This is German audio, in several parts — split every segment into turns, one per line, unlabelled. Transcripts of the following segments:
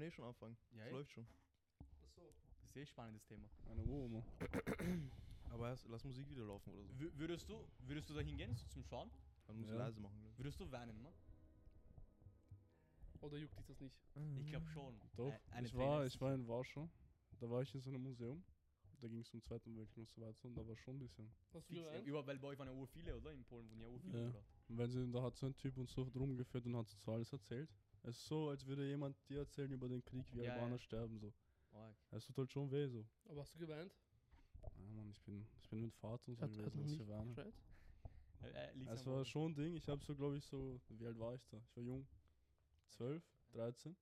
eh schon anfangen.
Ja,
das
ja.
läuft schon.
Das ist eh ein spannendes Thema.
Meine Oma.
Aber erst, lass Musik wieder laufen oder so.
W würdest du, würdest du da hingehen so zum Schauen?
Man muss
Ja.
leise machen, glaub
Würdest du weinen, ne?
Oder juckt dich das nicht?
Mhm.
Ich glaube schon.
Doch,
Ä- eine
ich,
Träne
war,
ist
ich war in Warschau. Da war ich in so einem Museum. Da ging es um Zweiten Weltkrieg und so weiter. Und da war schon ein bisschen.
Hast du
fix-
geweint?
Überall bei euch waren ja ur viele, oder? In Polen wurden ja ur viele
Ja.
umgebracht.
Und wenn sie, da hat so ein Typ uns so rumgeführt und hat so alles erzählt. Es ist so, als würde jemand dir erzählen über den Krieg, wie
Ja,
Albaner
ja.
sterben. So.
Org.
Es tut halt schon weh so.
Aber hast du geweint?
Ja, Mann, ich bin, ich bin mit Vater und so gewesen, als wir waren.
geschreit?
Äh, äh, liegt's
Es
am
war
Boden.
schon ein Ding. Ich habe so, glaube ich, so. Wie alt war ich da? Ich war jung. 12, 13.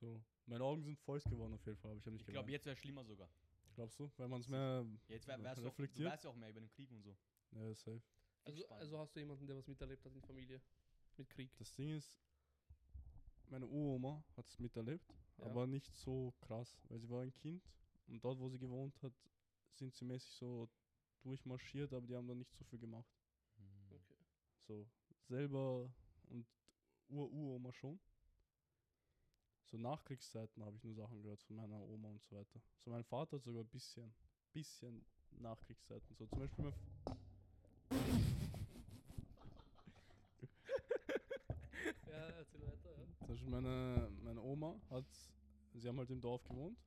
So. Meine Augen sind feucht geworden auf jeden Fall, aber ich habe nicht
Ich glaube,
geweint.
jetzt wäre es schlimmer sogar.
Glaubst du? Weil man es mehr.
Jetzt wär,
Ja,
wärst du, auch, du
reflektiert.
weißt ja auch mehr über den Krieg und so.
Ja, safe.
Also,
spannend.
also hast du jemanden, der was miterlebt hat in Familie? Mit Krieg?
Das Ding ist, meine Uroma hat es miterlebt,
Ja.
aber nicht so krass, weil sie war ein Kind und dort, wo sie gewohnt hat, sind sie mäßig so durchmarschiert, aber die haben dann nicht so viel gemacht.
Okay.
So selber und Ur-Uroma schon. So Nachkriegszeiten habe ich nur Sachen gehört von meiner Oma und so weiter. So mein Vater hat sogar ein bisschen, bisschen Nachkriegszeiten. So zum Beispiel mein F-
Ja, erzähl weiter. Ja.
Zum Beispiel meine, meine Oma hat, sie haben halt im Dorf gewohnt.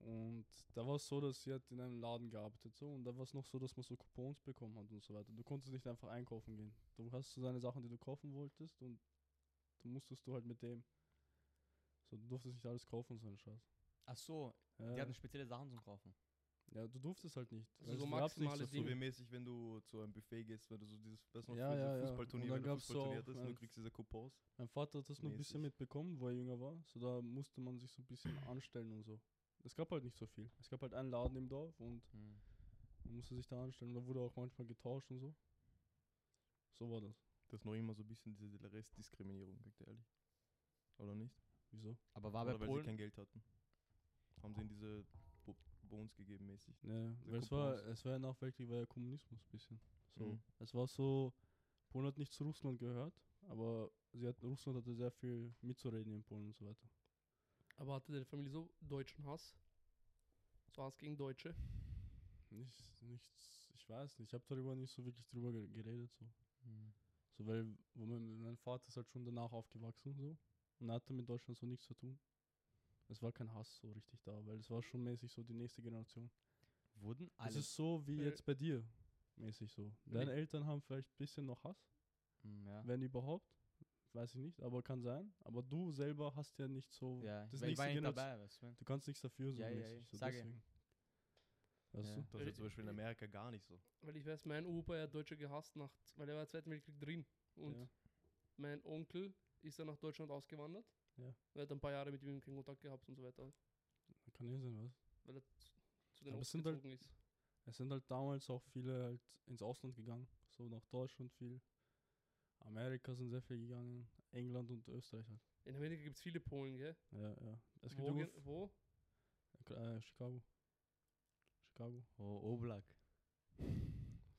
und da war es so, dass sie hat in einem Laden gearbeitet so und da war es noch so, dass man so Coupons bekommen hat und so weiter. Du konntest nicht einfach einkaufen gehen. Du hast so deine Sachen, die du kaufen wolltest und du musstest du halt mit dem. So, du durftest nicht alles kaufen, so ein Scheiß.
Ach so, die
Ja,
hatten spezielle Sachen zum Kaufen.
ja, du durftest halt nicht.
Also
weil
so
es gab's nicht
maximale
ich. So
Ding.
viel.
wie mäßig, wenn du zu einem Buffet gehst, wenn du so dieses, weißt du noch,
Ja,
früher so
ja, ja.
Fußballturnier,
Und dann
wenn du
gab's so
Fußballturnier
auch,
hattest und du
ähm,
kriegst diese Coupons.
Mein Vater hat das nur ein bisschen
Mäßig.
mitbekommen, wo er jünger war. So da musste man sich so ein bisschen anstellen und so. Es gab halt nicht so viel. Es gab halt einen Laden im Dorf und
Hm.
man musste sich da anstellen. Und da wurde auch manchmal getauscht und so. So war das.
Das ist noch immer so ein bisschen diese Restdiskriminierung, sagt er ehrlich. Oder nicht?
Wieso?
Aber war
Oder
bei
weil sie
Polen.
kein Geld hatten. Haben sie ihnen diese Bo Bons gegeben, mäßig.
Ne,
Der
weil es war,
Kompromiss.
es war ja nach Weltkrieg war ja Kommunismus ein bisschen. So.
Mhm.
Es war so, Polen hat nicht zu Russland gehört, aber sie hat, Russland hatte sehr viel mitzureden in Polen und so weiter.
Aber hatte deine Familie so deutschen Hass? So Hass gegen Deutsche?
Nicht, nichts, ich weiß nicht, ich habe darüber nicht so wirklich drüber ge- geredet. So.
Hm.
So, weil wo mein, mein Vater ist halt schon danach aufgewachsen so. Und er hatte mit Deutschland so nichts zu tun. Es war kein Hass so richtig da, weil es war schon mäßig so die nächste Generation.
Wurden
Es
alle.
ist so wie
Äh.
jetzt bei dir, mäßig so. Deine
Nee.
Eltern haben vielleicht ein bisschen noch Hass,
Hm, ja.
wenn überhaupt. Weiß ich nicht, aber kann sein. Aber du selber hast ja nicht so.
ja, weil
das
ich
nächste
war ja nicht
Generation.
dabei, weißt du?
Du kannst nichts dafür so
Ja, ja,
mäßig.
ja.
So
Sage.
deswegen. Weißt
Ja.
du?
Das ist ja zum Beispiel in Amerika gar nicht so.
Weil ich weiß, mein Opa hat Deutsche gehasst, nach, weil er war im Zweiten Weltkrieg drin. Und
Ja.
mein Onkel ist dann nach Deutschland ausgewandert.
Ja.
Und hat ein paar Jahre mit ihm keinen Kontakt gehabt und so weiter.
Kann eh sein, was?
Weil er zu, zu den
Aber es
Osten
sind halt-
gezogen ist.
Es sind halt damals auch viele halt ins Ausland gegangen, so nach Deutschland viel. Amerika sind sehr viel gegangen, England und Österreich halt.
In Amerika gibt es viele Polen, gell?
Ja, ja. Es gibt
wo,
sogar
ge- wo?
F- äh, Chicago. Chicago
Oh, Oblak.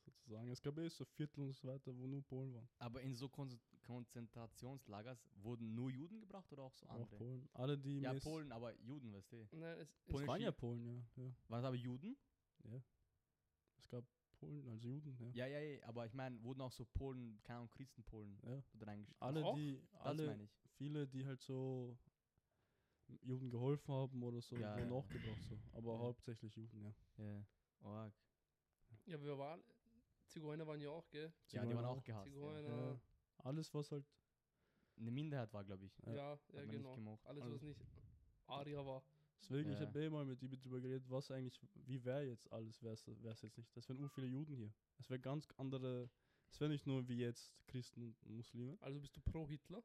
sozusagen. Es gab eh so Viertel und so weiter, wo nur Polen waren.
Aber in so Kon Konzentrationslagers wurden nur Juden gebracht oder auch so
Auch
andere?
Oh, Polen. Alle die
Ja,
mäß-
Polen, aber Juden, weißt du?
Nein, Ne, es, es
Es waren
polnische-
ja Polen, ja. ja.
Waren es aber Juden?
Ja. Es gab Polen, also Juden, ja.
Ja, ja, ja, aber ich meine, wurden auch so Polen, keine Ahnung, Christenpolen
Ja.
dort reingeschickt.
Alle,
Auch?
die,
Das meine
alle,
ich.
viele, die halt so Juden geholfen haben oder so,
Ja,
wurden
ja.
auch gebracht so. Aber
Ja.
hauptsächlich Juden, ja.
Ja. Org.
ja, wir waren. Zigeuner waren ja auch, gell?
Ja, die waren
Zigeuner
auch gehasst. Ja.
Zigeuner.
Ja. Alles, was halt.
Eine Minderheit war, glaube ich.
Ja.
Ja, ja,
man nicht
genau.
gemocht.
Alles,
Also-
was nicht Aria war.
Deswegen, ich
Ja.
habe eh mal mit ihm drüber geredet, was eigentlich, wie wäre jetzt alles, wäre es jetzt nicht. Es wären ur viele Juden hier. Es wäre ganz andere. Es wäre nicht nur wie jetzt Christen und Muslime.
Also bist du pro Hitler?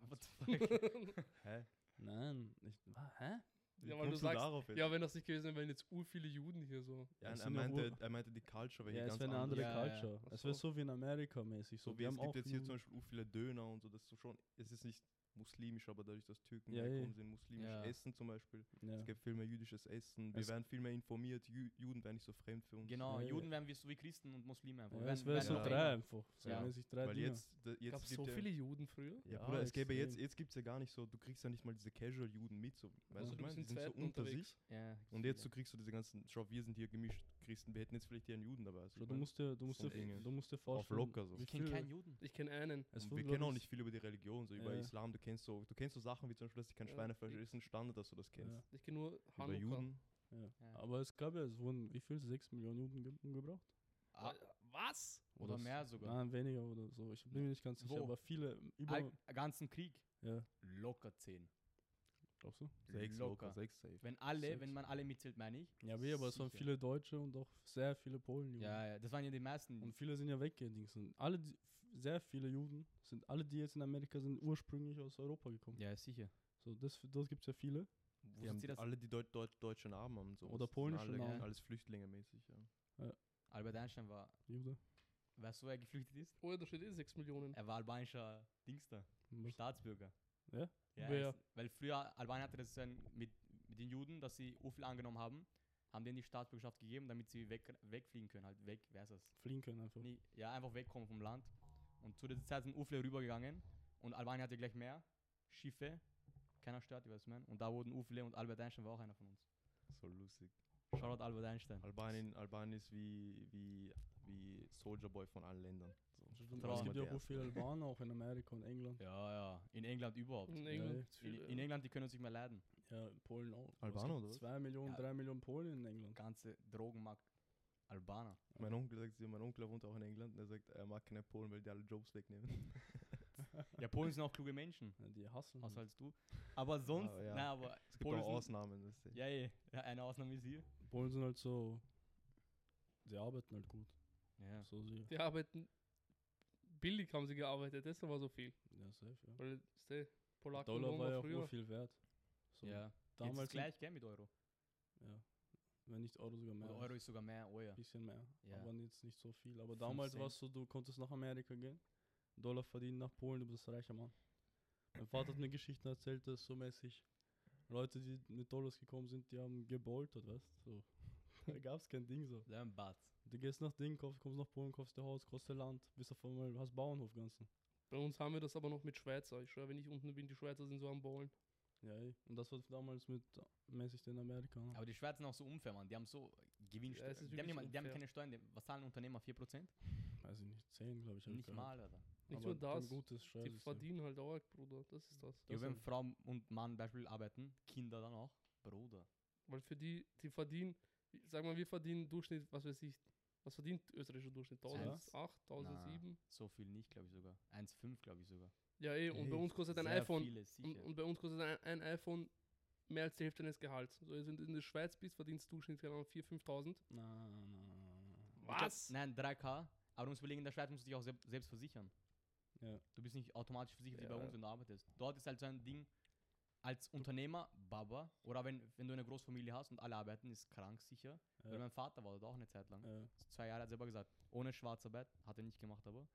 What the fuck?
Hä?
Nein, nicht. Ah, Hä?
Wie
Ja, weil
kommst
du
du
sagst-
darauf jetzt?
Ja, wenn das nicht gewesen wäre, wären jetzt ur viele Juden hier so.
Ja,
Das
er,
sind ja
meinte,
Ur-
er meinte, die Culture wäre hier
Ja, es
ganz
wäre eine
anders.
andere
Ja, ja.
Culture.
Ach
Es
so.
wäre so wie in Amerika mäßig. So,
So wie es
haben auch
gibt jetzt hier
Juden.
zum Beispiel auch viele Döner und so, das ist so schon, es ist nicht muslimisch, aber dadurch, dass Türken
Ja, ja.
herkommen, sind muslimisch
Ja.
essen zum Beispiel.
Ja.
Es gibt viel mehr jüdisches Essen. Wir
Es-
werden viel mehr informiert. Jü Juden wären nicht so fremd für uns.
Genau,
Ja, ja.
Juden wären wir so wie Christen und Muslime einfach.
Ja,
Wir
es
wären-
wäre
wären
so
ja.
noch
drei
enger.
einfach. Es
Ja.
wären sich drei
Weil
Dinger.
jetzt, da, jetzt
Gab es so
ja,
viele Juden früher?
Ja,
Ja,
Bruder, es gäbe
extrem.
jetzt, jetzt gibt es ja gar nicht so, du kriegst ja nicht mal diese Casual-Juden mit, so, weißt
Also
du,
du
was
bist
ich meine, die
in
sind so
Zweiten
unter
unterwegs.
sich.
Ja, gibt's
Und jetzt
viele.
du kriegst du diese ganzen, schau, wir sind hier gemischt Christen, wir hätten jetzt vielleicht hier einen Juden dabei. Also,
Schau,
ich
du
mein,
musst dir, du musst
so
dir,
ein Engel.
du musst dir
Auf
vorstellen.
locker so.
wie
Ich kenne
viel-
keinen Juden.
Ich kenne einen.
Es
und Also wir
wurden,
kennen
glaub
auch
ich,
nicht viel über die Religion, so über
Ja.
Islam, du kennst so, du kennst so Sachen wie zum Beispiel, dass die kein
Ja.
Schweinefleisch essen, Standard, dass du das kennst.
Ja.
Ich kenne nur
Über
Hanukkah.
Juden.
Ja.
Ja.
Aber es gab ja, es wurden wie viel? Sechs Millionen Juden ge- umgebracht?
Ah, was? Oder,
Oder
mehr sogar.
Nein, Ah, weniger oder so. Ich bin mir nicht ganz sicher,
Wo?
aber viele ähm, über.
All, ganzen Krieg?
ja,
Locker 10.
glaubst du?
Sechs locker,
Locker.
sechs safe.
Wenn alle,
Sechs.
wenn man alle mitzählt, meine ich.
Ja, weh, aber es waren
Sicher.
viele Deutsche und auch sehr viele Polen. Juden.
Ja, ja, das waren ja die meisten.
Und viele sind ja weggedings. Und alle, die, f- sehr viele Juden sind, alle, die jetzt in Amerika sind, ursprünglich aus Europa gekommen.
ja, sicher.
So, das, das gibt es ja viele.
Die haben
Wusstet ihr, dass
alle die Deut Deut deutsche Namen haben und so.
Oder polnische
alle,
Namen.
Alles Flüchtlinge mäßig, ja.
Albert Einstein war,
Jude.
weißt du, wo er geflüchtet ist?
Oh ja, da steht eh 6 Millionen.
Er war albanischer Dings da,
Was?
Staatsbürger.
Ja?
ja
Wer?
er ist- weil früher Albanien hatte das so ein, mit, mit den Juden, dass sie Ufel angenommen haben, haben denen die Staatsbürgerschaft gegeben, damit sie weg, wegfliegen können. Halt weg, wer ist das?
Fliegen können einfach.
Nee, ja, einfach wegkommen vom Land. Und zu dieser Zeit sind Ufle rübergegangen und Albanien hatte gleich mehr Schiffe. Keiner stört, ich weiß man. Und da wurden Ufle und Albert Einstein war auch einer von uns.
So lustig.
Shoutout Albert Einstein.
Albanien, Albanien ist wie, wie, wie Soldier Boy von allen Ländern. So.
Stimmt,
Traum.
Es gibt ja
Der
auch viele Albaner, auch in Amerika und England.
Ja, ja. In England überhaupt.
In
Ja,
England
ja.
gibt's
In,
viele,
in
ja.
England, die können uns nicht mehr leiden.
Ja, in Polen auch. Es
Albaner
gibt
oder was?
Zwei Millionen,
Ja.
drei Millionen Polen in England.
Ganze Drogenmarkt. Albaner.
Mein Onkel sagt, sie- mein Onkel wohnt auch in England und er sagt, er mag keine Polen, weil die alle Jobs wegnehmen.
Ja, Polen sind auch kluge Menschen.
Ja, die hassen.
Außer als du. Aber sonst,
ja.
nein, aber
Es gibt
Polen
auch
sind-
Ausnahmen. Das ist
Ja, ja, ja, eine Ausnahme ist hier.
halt. Polen sind halt so. Die arbeiten halt gut.
Ja.
So sie.
Die arbeiten. Billig haben sie gearbeitet, deshalb war so viel.
Ja, safe, ja.
Weil eh, der Polacken
Dollar
Lohn
war ja
war
auch
früher.
viel wert. So,
ja. Jetzt
Damals
ist gleich, gell, mit Euro.
Ja. Wenn nicht Euro sogar mehr.
Oder Euro ist sogar mehr, oh ja.
ein bisschen mehr.
Ja.
Aber jetzt nicht so viel. Aber
Fünf
damals
Cent.
war es so, du konntest nach Amerika gehen, Dollar verdienen, nach Polen, du bist ein reicher Mann. Mein Vater hat mir Geschichten erzählt, dass so mäßig Leute, die mit Dollars gekommen sind, die haben geboltert, weißt du? So. Da gab es kein Ding so.
Dann Bad.
Du gehst nach Ding, kaufst, kommst nach Polen, kaufst dir Haus, kaufst dir Land, bist auf einmal, hast Bauernhof ganzen.
Bei uns haben wir das aber noch mit Schweizer. Ich schwöre, wenn ich unten bin, die Schweizer sind so am Ballen.
Ja, ey. Und das war damals mit äh, mäßig den Amerikanern.
Aber die Schweizer sind auch so unfair, Mann. Die haben so
Ja,
Gewinnsteuer.
es ist
die,
wirklich
haben niemand- die haben
unfair.
keine Steuern. Die, was zahlen Unternehmer? 4%?
Weiß ich nicht, 10 glaube ich. hab ich
Nicht
gehört.
mal, Alter.
Nicht
Aber
nur das,
Ein gutes
die
Steuersystem.
verdienen halt auch, Bruder. Das ist das.
Ja,
Das
wenn
halt.
Frau und Mann beispielsweise arbeiten, Kinder dann auch, Bruder.
Weil für die, die verdienen, sag mal, wir verdienen Durchschnitt, was weiß ich, was verdient österreichischer Durchschnitt?
Eins.
1008, 1007?
So viel nicht, glaube ich sogar. 1,5 glaube ich sogar.
Ja, eh, und bei
Echt?
uns kostet ein
Sehr
iPhone,
Viele,
und,
sicher.
und bei uns kostet ein, ein iPhone mehr als die Hälfte deines Gehalts. So, also wenn du in der Schweiz bist, verdienst du durchschnittlich genau 4.000, 5.000.
Nein, nein, nein, nein, nein.
Ich Glaub, nein, 3K. Aber du musst überlegen, in der Schweiz musst du dich auch sel selbst versichern.
Ja.
Du bist nicht automatisch versichert wie bei
Ja.
uns, wenn du arbeitest. Dort ist halt so ein Ding, als Unternehmer, Baba, oder wenn, wenn du eine Großfamilie hast und alle arbeiten, ist krank sicher.
Ja.
Weil mein Vater war dort auch eine Zeit lang.
Ja.
zwei Jahre hat er selber gesagt, ohne Schwarzarbeit, hat er nicht gemacht, aber,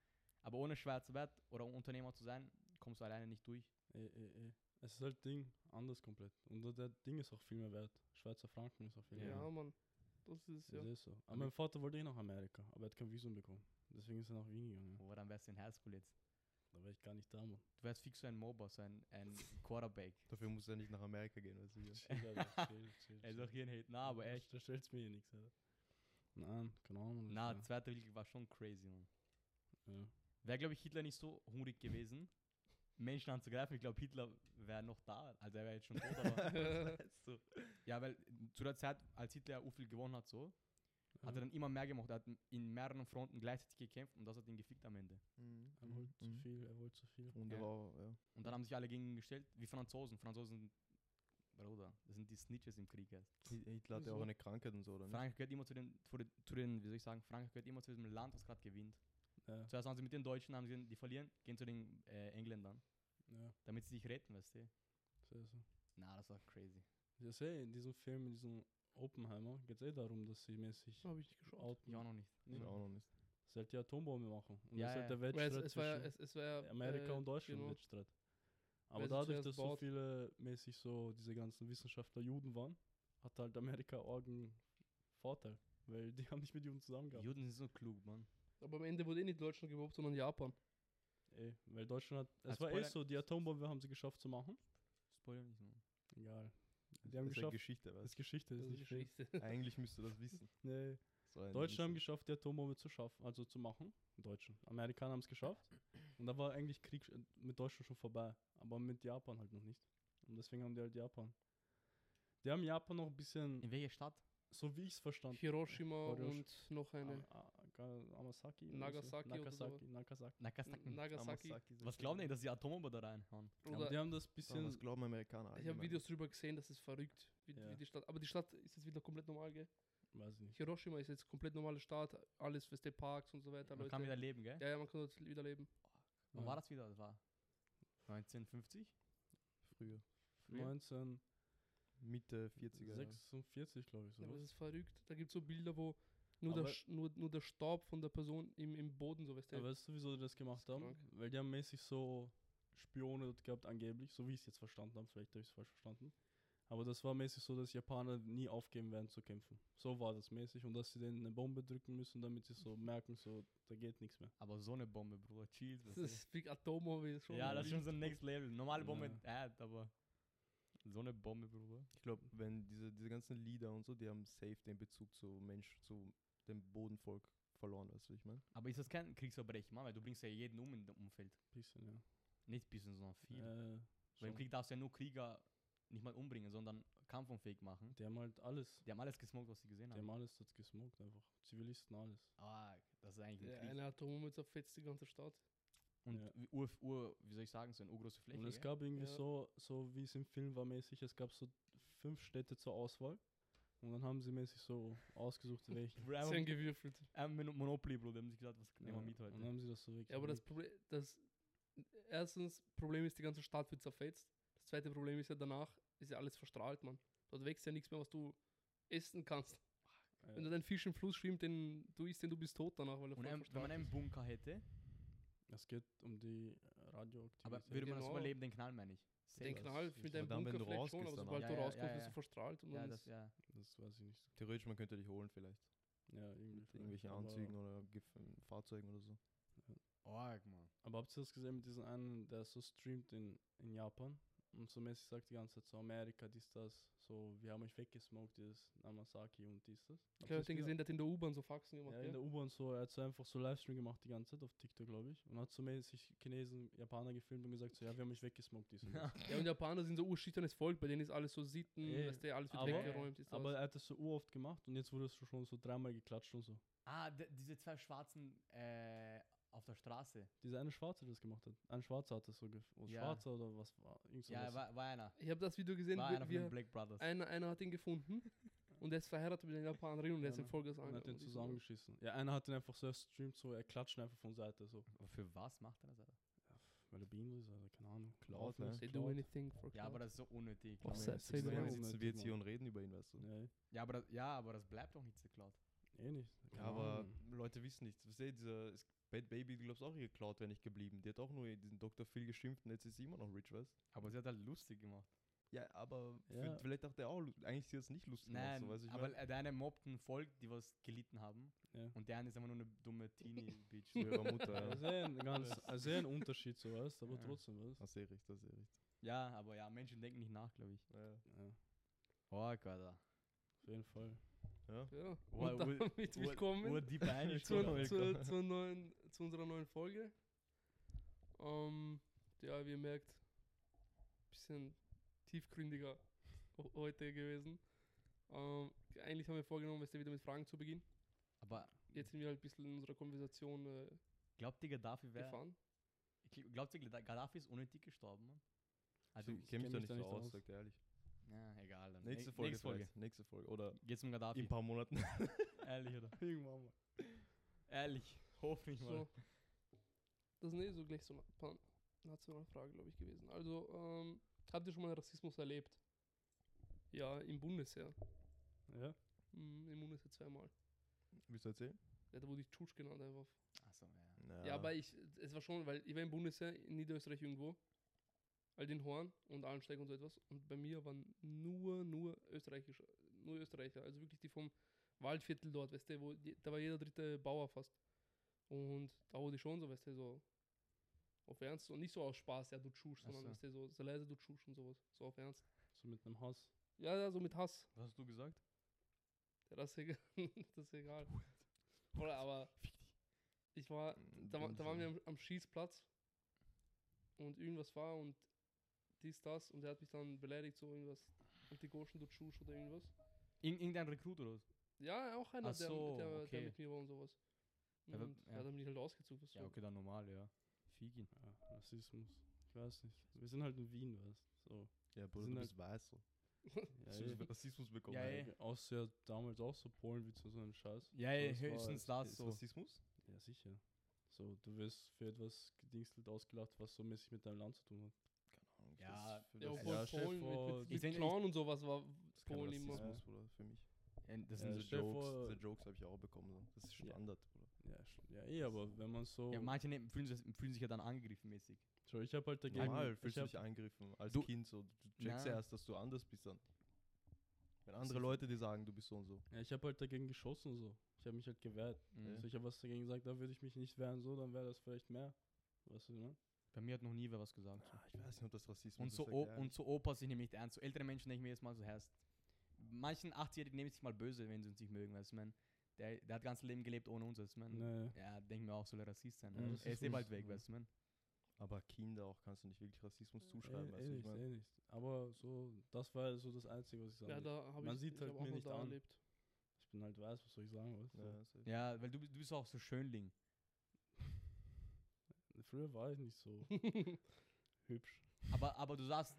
aber ohne Schwarzarbeit oder um Unternehmer zu sein, kommst du alleine nicht durch.
Eh, eh, eh. Es ist halt Ding anders komplett. Und der- der Ding ist auch viel mehr wert. Schweizer Franken ist auch viel
Ja,
mehr wert.
Mann. Das ist es, ja.
Das ist so. Aber mein Vater wollte eh nach Amerika, aber er hat kein Visum bekommen. Deswegen ist er nach Wien gegangen.
Wo dann wärst du in Highschool jetzt?
Da war ich gar nicht da, Mann.
Du wärst fix so ein MOBA, so ein, ein Quarterback.
Dafür muss er nicht nach Amerika gehen, weißt du. ja.
Chill, Alter, chill, chill,
Er ist auch
chill.
hier ein Hate. Na, aber echt.
Da stellst mir hier nichts, Alter. Nein, keine Ahnung. das
Na,
war-
zweiter Weltkrieg war schon crazy, Mann.
ja.
Wäre, glaube ich, Hitler nicht so hungrig gewesen, Menschen anzugreifen. Ich glaube, Hitler wäre noch da. Also er wäre jetzt schon tot, aber. ja, weil zu der Zeit, als Hitler Uffel gewonnen hat, so, hat er
Ja.
dann immer mehr gemacht. Er hat in mehreren Fronten gleichzeitig gekämpft und das hat ihn gefickt am Ende.
Mhm,
Er wollte zu
mhm.
viel, er wollte zu viel.
Und er
Ja.
war auch, ja.
Und dann haben sich alle gegen ihn gestellt, wie Franzosen. Franzosen sind, Bruder, das sind die Snitches im Krieg erst.
Hi- Hitler hatte ja auch
Wieso?
eine Krankheit und so, oder nicht?
Frankreich gehört immer zu den, zu den, zu den, wie soll ich sagen, Frankreich gehört immer zu diesem Land, was gerade gewinnt.
Ja,
Zuerst haben sie mit den Deutschen, haben sie gesehen, die verlieren, gehen zu den äh, Engländern,
ja,
damit sie sich retten, weißt du.
so ist er.
Na, das war crazy.
Ich sehe, in diesem Film, in diesem Oppenheimer, geht es eh darum, dass sie mäßig
Habe ich nicht geschaut.
outen.
Ich auch noch nicht.
Ich
Ja.
auch noch nicht.
Es halt die Atombombe machen. Und
Ja,
das ist halt
ja.
der
Weil es,
Wettstreit
es war ja,
zwischen
es, es war ja,
Amerika
äh,
und Deutschland
Genau.
Wettstreit. Aber
Wer sie
dadurch,
zuerst
dass so
baut.
viele mäßig so diese ganzen Wissenschaftler Juden waren, hat halt Amerika Orgen Vorteil, weil die haben nicht mit Juden zusammengearbeitet.
Juden sind so klug, Mann.
Aber am Ende wurde eh nicht Deutschland gewobt, sondern Japan.
Ey, weil Deutschland hat, es
Als
war eh
Spoiler-
so, die Atombombe haben sie geschafft zu machen.
Spoiler nicht nur.
Egal. Die
Das
haben
ist ja
geschafft.
Geschichte,
das
was?
ist Geschichte, das
Das
ist
ist
nicht schlecht.
Geschichte.
Eigentlich müsst ihr das wissen.
Nee.
So ein
Deutsche haben
Wissen.
geschafft, die Atombombe zu schaffen, also zu machen. Die Deutschen. Amerikaner haben es geschafft. Und da war eigentlich Krieg sch- mit Deutschland schon vorbei. Aber mit Japan halt noch nicht. Und deswegen haben die halt Japan. Die haben Japan noch ein bisschen,
In welcher Stadt?
so wie ich es
äh,
verstanden
Hiroshima
Hirosh-
und noch eine.
Am- A- Ga- Amasaki? oder so?
Nagasaki oder
Nagasaki, Nagasaki.
Nakasaki.
Nagasaki.
Amasaki sind
Was
so-
glauben die, dass die Atombombe da reinhauen?
Ja, aber
Oder
die haben das bisschen.
Aber Was glauben Amerikaner
ich habe
allgemein?
Videos drüber gesehen, das ist verrückt. Wie,
Ja.
wie die Stadt, aber die Stadt ist jetzt wieder komplett normal, gell?
weiß ich nicht.
Hiroshima ist jetzt komplett normale Stadt, alles, was die Parks und so weiter.
Man
Leute.
kann wieder leben, ne? gell?
ja, ja, man kann dort wieder leben.
Wann
Ja.
war das wieder? Das war 1950?
Früher.
Früher?
1946,
Mitte 40er. Jahre.
glaube ich.
Ja, aber
sowas.
das ist verrückt. Da gibt es so Bilder, wo nur der,
Aber-
Sch- nur, nur der Staub von der Person im, im Boden, so weißt du.
Aber weißt du, wieso die das gemacht haben?
krank.
Weil die haben mäßig so Spione dort gehabt, angeblich, so wie ich es jetzt verstanden habe, vielleicht habe ich es falsch verstanden. Aber das war mäßig so, dass Japaner nie aufgeben werden zu kämpfen. So war das mäßig und dass sie denen eine Bombe drücken müssen, damit sie so merken, so, da geht nichts mehr.
Aber so eine Bombe, Bruder. Chill.
das ist wie Atomo, wie schon.
ja, das ist schon so ein Next Level. Normale Bombe,
Ja.
ad, aber so eine Bombe, Bruder.
Ich glaube, wenn diese, diese ganzen Lieder und so, die haben safe den Bezug zu Mensch, zu dem Bodenvolk verloren, weißt du, wie ich meine?
Aber ist das kein Kriegsverbrechen, Mann? Weil du bringst ja jeden um in dem Umfeld.
Bisschen, ja.
Nicht bisschen, sondern viel.
Äh,
Weil im
schon.
Krieg darfst du ja nur Krieger nicht mal umbringen, sondern kampfunfähig machen.
die haben halt alles.
Die haben alles gesmoked, was sie gesehen
Die
haben.
haben alles dort gesmoked, einfach. Zivilisten, alles.
Ah, das ist eigentlich ein
Der
Krieg.
eine Atomo zerfetzt die ganze Stadt.
Und
Ja.
wie- Ur, Ur, wie soll ich sagen, so eine urgroße Fläche.
Und es
gell?
gab irgendwie
Ja.
so, so wie es im Film war mäßig, es gab so fünf Städte zur Auswahl. Und dann haben sie mäßig so ausgesucht, welche.
Bruder,
Sie
einmal-
haben gewürfelt.
einmal Mon- Monopoly, Bruder, die haben sich gesagt, was nehmen wir
Ja,
mit heute? ne?
Und dann haben sie das so wirklich.
Ja, aber das
gemacht.
Problem, das erstens Problem ist, die ganze Stadt wird zerfetzt. Das zweite Problem ist ja danach, ist ja alles verstrahlt, Mann. Dort wächst ja nichts mehr, was du essen kannst.
Ah, Ja.
Wenn du deinen Fisch im Fluss schwimmst, den du isst, den du bist tot danach, weil er
Und
voll
ein, wenn man
verstrahlt
einen
ist.
Bunker hätte,
Es geht um die Radioaktivität.
aber würde man das
Genau.
überleben, den Knall meine ich.
Den
Safe.
Knall
ist-
mit deinem
Aber dann, wenn
Bunker
du
vielleicht schon,
rausgehst
aber
danach.
sobald
Ja,
du
ja,
rauskommst,
ja,
bist
ja.
du verstrahlt. Und
Ja,
dann
das,
ist-
ja.
Das weiß ich nicht.
Theoretisch, man könnte dich holen vielleicht.
Ja, irgendwie.
Mit
vielleicht,
irgendwelchen
aber-
Anzügen oder Gef äh, Fahrzeugen oder so.
Org, Mann.
Aber habt ihr das gesehen mit diesem einen, der so streamt in, in Japan? Und so mäßig sagt die ganze Zeit so Amerika, dies, das. So, wir haben euch weggesmoked, dieses Namasaki und dies, das. Habt
Ich
ihr
habe
das
den gesehen, der hat in der U-Bahn so Faxen gemacht.
Ja, in
gell?
der U-Bahn so, er hat so einfach so Livestream gemacht die ganze Zeit auf TikTok, glaube ich. Und hat so mäßig Chinesen, Japaner gefilmt und gesagt so, ja, wir haben mich weggesmoked. Dies und das.
Ja, und Japaner sind so urschüchternes Volk, bei denen ist alles so Sitten,
Eh,
weißt du, alles wird
aber-
weggeräumt. Ist
Aber
alles.
er hat das so oft gemacht und jetzt wurde es schon so dreimal geklatscht und so.
Ah, d- diese zwei Schwarzen äh, auf der Straße.
Dieser eine Schwarze, der das gemacht hat. Ein Schwarzer hat das so gef- oh,
Ja.
Schwarzer oder was war? Irgend so
ja,
was.
war, war einer.
Ich habe das Video gesehen,
War
wie-
einer von
wie
den
er-
Black Brothers.
einer, einer hat ihn gefunden und er ist verheiratet mit einer Japanerin und er ist
Ja,
im
ne?
Vollgas
Und hat
angegangen.
den zusammengeschissen. Ja, einer hat den einfach so streamt, so er klatscht ihn einfach von Seite so.
Aber Für was macht er das? Alter?
Weil er behindert ist, also keine Ahnung.
Klaut,
Klaut,
ne?
ist
They do
Klaut.
anything for
Ja, aber
clout.
das ist so unnötig.
Auf
Ich
Sa-
meine,
Say
sitzen
no
wir-
more.
sitzen wir jetzt hier und reden über ihn, weißt du.
Nee,
Ja aber, das, ja, aber das bleibt doch nicht geklaut.
eh nicht. Keine
Ja, aber
Ahnung.
Leute wissen nicht. Seht, ihr, dieser ist Bad Baby, du glaubst auch, ihr Cloud wäre nicht geblieben. Die hat auch nur diesen Dr. Phil geschimpft und jetzt ist sie immer noch rich, weißt
Aber sie hat halt lustig gemacht.
Ja, aber für-
Ja.
vielleicht dachte er auch, lu- eigentlich ist sie jetzt nicht lustig. gemacht,
Nein,
so, weißt du, ich
aber
mein?
der eine mobbt ein Volk, die was gelitten haben.
Ja.
Und der eine ist einfach nur eine dumme Teenie-Bitch.
zu ihrer Mutter. ja.
Ja, Also, sehr ein ganz, also sehr ein Unterschied, so weißt aber
Ja.
trotzdem, weißt
Das sehe ich, das sehe ich.
ja, aber ja, Menschen denken nicht nach, glaube ich.
Ja.
Ja,
Oh Gott, Alter.
auf jeden Fall.
Ja.
Ja,
Ur-
und damit
ur- Ur
willkommen
deep eingeschult,
zu,
Alter.
zu, zur neuen, zu unserer neuen Folge. Ähm, ja, wie ihr merkt, bisschen tiefgründiger ho- heute gewesen. Ähm, eigentlich haben wir vorgenommen, es wieder mit Fragen zu beginnen.
Aber
Jetzt sind wir halt ein bisschen in unserer Konversation äh,
glaubt ihr, Gaddafi wäre
gefahren.
Gl- Glaubt ihr, Gla- Gaddafi ist unnötig gestorben, Mann? Also,
Also, ich kenne mich da nicht so aus,
aus.
sagt er ehrlich.
ja, egal. Dann.
Nächste
Nä-
Folge,
Nächste Folge.
vielleicht. Nächste Folge. Oder
Geht's um
in
Gaddafi?
ein paar Monaten.
Ehrlich, oder?
Irgendwann mal.
Ehrlich. Hoffe ich mal.
So. Das sind eh so gleich so eine paar nationale Frage, glaube ich, gewesen. Also, ähm, habt ihr schon mal Rassismus erlebt? Ja, im Bundesheer.
Ja,
Mhm, Im Bundesheer zweimal.
Willst du erzählen?
Ja, da wurde ich Tschutsch genannt einfach.
Achso, ja.
Ja, aber ich, es war schon, weil ich war im Bundesheer in Niederösterreich irgendwo. all den Horn und Allensteig und so etwas. Und bei mir waren nur, nur Österreichische, nur Österreicher. Also wirklich die vom Waldviertel dort, weißt du, wo, je- da war jeder dritte Bauer fast. Und da wurde ich schon so, weißt du, so auf Ernst und nicht so aus Spaß, ja, du tschusch,
Ach
sondern
so.
weißt du, so, so leise du tschusch und sowas, so auf Ernst.
So mit einem Hass.
Ja, ja, so mit Hass.
Was hast du gesagt?
Ja, das ist egal. das ist egal. Oder aber ich war, da, wa- da waren wir am, am Schießplatz und irgendwas war und dies, das und er hat mich dann beleidigt, so irgendwas. Antigoschen, du Tschusch oder irgendwas.
Irg irgendein Rekrut oder was?
Ja, auch einer,
Ach
der,
so,
der, der
okay.
mit mir war und sowas.
Ja,
Und
aber-
ja.
ja.
dann bin ich halt ausgezogen. was
Ja,
soll.
okay, dann normal, ja. Figin.
Ja, Rassismus. Ich weiß nicht. Wir sind halt in Wien, weißt du.
Ja,
Bruder, du bist
weiß so.
So.
Hast
Ja,
du Rassismus bekommen?
Ja,
ey. Außer ja damals auch so Polenwitze und so einen Scheiß.
Ja,
ey,
ja,
höchstens
höchstens das
Ist
so.
Rassismus?
Ja, sicher. So, du wirst für etwas gedingstelt ausgelacht, was so mäßig mit deinem Land zu tun hat.
Keine Ahnung,
Ja,
das- für
Ja,
das-
obwohl
Ja, stell
Polen
vor,
mit, mit,
ich seh
mit
nicht-
Clown und sowas war
das ist kein
Polen immer.
Rassismus, Bruder, für mich.
das
Das
Ja,
sind
sind
so
stell dir
Jokes.
vor-
so Jokes habe ich auch bekommen. So. Das ist
Ja.
Standard, Bruder.
Ja, sch- ja eh, aber wenn man so.
so. Ja, manche nehmen- fühlen sich, fühlen sich ja dann angegriffen mäßig.
so ich habe halt dagegen.
Normal,
ich
fühlst du
hab-
dich angegriffen als
Du-
Kind so. Du checkst
Na.
ja erst, dass du anders bist dann. Wenn andere
Sicher.
Leute dir sagen, du bist so und so.
Ja, ich habe halt dagegen geschossen so. Ich habe mich halt gewehrt.
Mhm.
Also ich habe was dagegen gesagt, da würde ich mich nicht wehren so, dann wäre das vielleicht mehr. Weißt du, ne?
Bei mir hat noch nie wer was gesagt.
Ah, ich weiß nicht, ob das Rassismus
Und
ist.
so,
sag
o-
ehrlich.
und so Opas, ich nehme nicht ernst. So ältere Menschen denke ich mir jetzt mal so herst. Manchen 80-Jährigen nehme ich sich mal böse, wenn sie uns nicht mögen, weißt du, man. Der, der hat ganzes Leben gelebt ohne uns, weißt du, man.
Nee. Eh,
Ja, denke mir auch, soll er Rassist sein.
Ja,
also.
das
er
ist
ist eh
uns-
bald weg,
mhm.
weißt du, man.
Aber Kinder auch kannst du nicht wirklich Rassismus zuschreiben.
eh,
weißt du,
eh
ich
nicht,
mein,
eh nicht. Aber so, das war halt so das Einzige, was ich sagen
Ja,
ja,
da habe
Man
ich,
sieht
ich
halt
hab
mir
auch nur
nicht
da
an.
erlebt.
Ich bin halt weiß, was soll ich sagen, weißt du?
ja, safe.
Ja, weil du, bist- du bist auch so Schönling.
Früher war ich nicht so hübsch.
Aber, aber du sahst,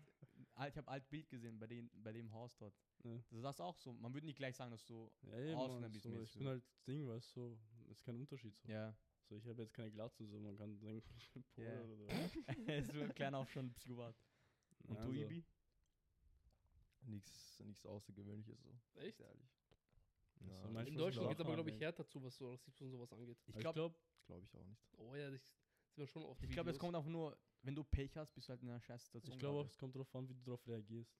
ah, ich habe alt Bild gesehen bei, den, bei dem Haus dort.
Ne?
Du sahst auch so, man würde nicht gleich sagen, dass du,
Ja, eben,
Außen
Mann,
ein bisschen
so, ich
mäßig
bin
so.
halt Ding, weißt du, so, ist kein Unterschied so.
ja.
So, ich habe jetzt keine Glatze, so man kann denken, ich bin Pole
Ja.
oder so.
so klein auch schon Psychopath. Und
Ja, also,
du,
so.
Ibi?
Nichts, nichts Außergewöhnliches so.
Echt?
Ehrlich.
Ja, so
Ja,
manchmal
In
sind
Deutschland
auch
geht aber,
mal
glaube ich,
weg.
härter zu, was so Rassismus und sowas angeht.
Ich
Aber
glaube,
glaub,
Glaube ich auch nicht.
Oh ja, das sieht man schon oft.
ich glaub, es
Videos.
kommt auch nur, wenn du Pech hast, bist du halt in einer scheiß Situation.
Ich glaube auch,
gerade.
es kommt darauf an, wie du darauf reagierst.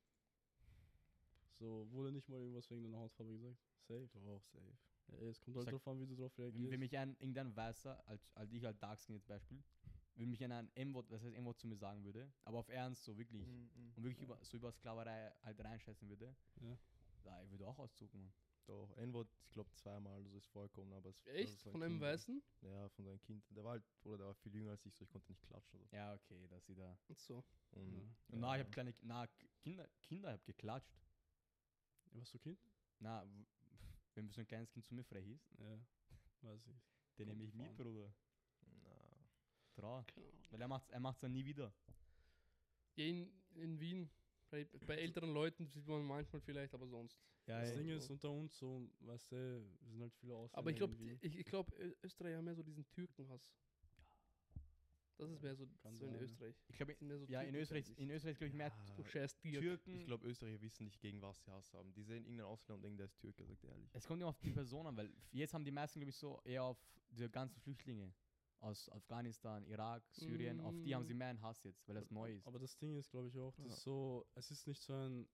So, wurde nicht mal irgendwas wegen deiner Hautfarbe gesagt. Safe.
Doch, safe.
Ja, ey, es kommt halt
sag-
darauf an, wie du darauf
Wenn,
reagierst.
wenn mich ein, irgendein Weißer, als, als ich halt Darkskin jetzt Beispiel, wenn mich einer ein M-Wort, das heißt M-Wort zu mir sagen würde, aber auf Ernst, so wirklich,
Mhm.
und wirklich über, so über Sklaverei halt reinscheißen würde,
Ja.
da, ich würde auch auszucken, Mann.
Doch, N-Wort, ich glaube zweimal, also ist vorgekommen, aber es das
Echt?
halt
ist so ein
Von einem
Kind,
Weißen?
Ja, von seinem Kind. Der war halt, oder der war viel jünger als ich, so ich konnte nicht klatschen. So.
Ja, okay, dass sie da.
Ach So.
Und,
Und na, ich habe kleine, na, K- Kinder, Kinder, ich habe geklatscht.
Ja, warst du Kind?
Na, w- wenn so ein kleines Kind zu mir frei hieß,
Ja. Weiß ich.
den
Kommt
nehme ich
drauf
mit,
an.
Bruder.
Na,
Trauer.
Keine Ahnung.
Weil er macht's, er macht's dann nie wieder.
Ja, in, in Wien. Bei, bei älteren Leuten sieht man manchmal vielleicht, aber sonst.
Ja,
das
ey.
Ding ist unter uns so, weißt du, wir sind halt viele Ausländer.
Aber ich glaube,
irgendwie.
ich, ich glaub, Ö- Österreicher haben mehr so diesen Türkenhass. Das ist
Ja,
mehr so,
kann
so in
sein, ja.
Österreich.
Ich glaube,
Das sind mehr so
ja, in Österreich,
Türkenfeindlich.
in Österreich glaube ich mehr
Ja,
Du scheiß Türk.
Türken.
ich glaube, Österreicher wissen nicht, gegen was sie Hass haben. Die sehen irgendeinen Ausländer und denken, der ist Türke, sagt er ehrlich.
Es kommt immer auf die Person an, weil f- jetzt haben die meisten, glaube ich, so eher auf diese ganzen Flüchtlinge aus Afghanistan, Irak, Syrien, auf die haben sie
Mm.
mehr einen Hass jetzt, weil das neu ist.
Aber das Ding ist, glaube ich, auch, das
Ja.
ist so, es ist nicht so ein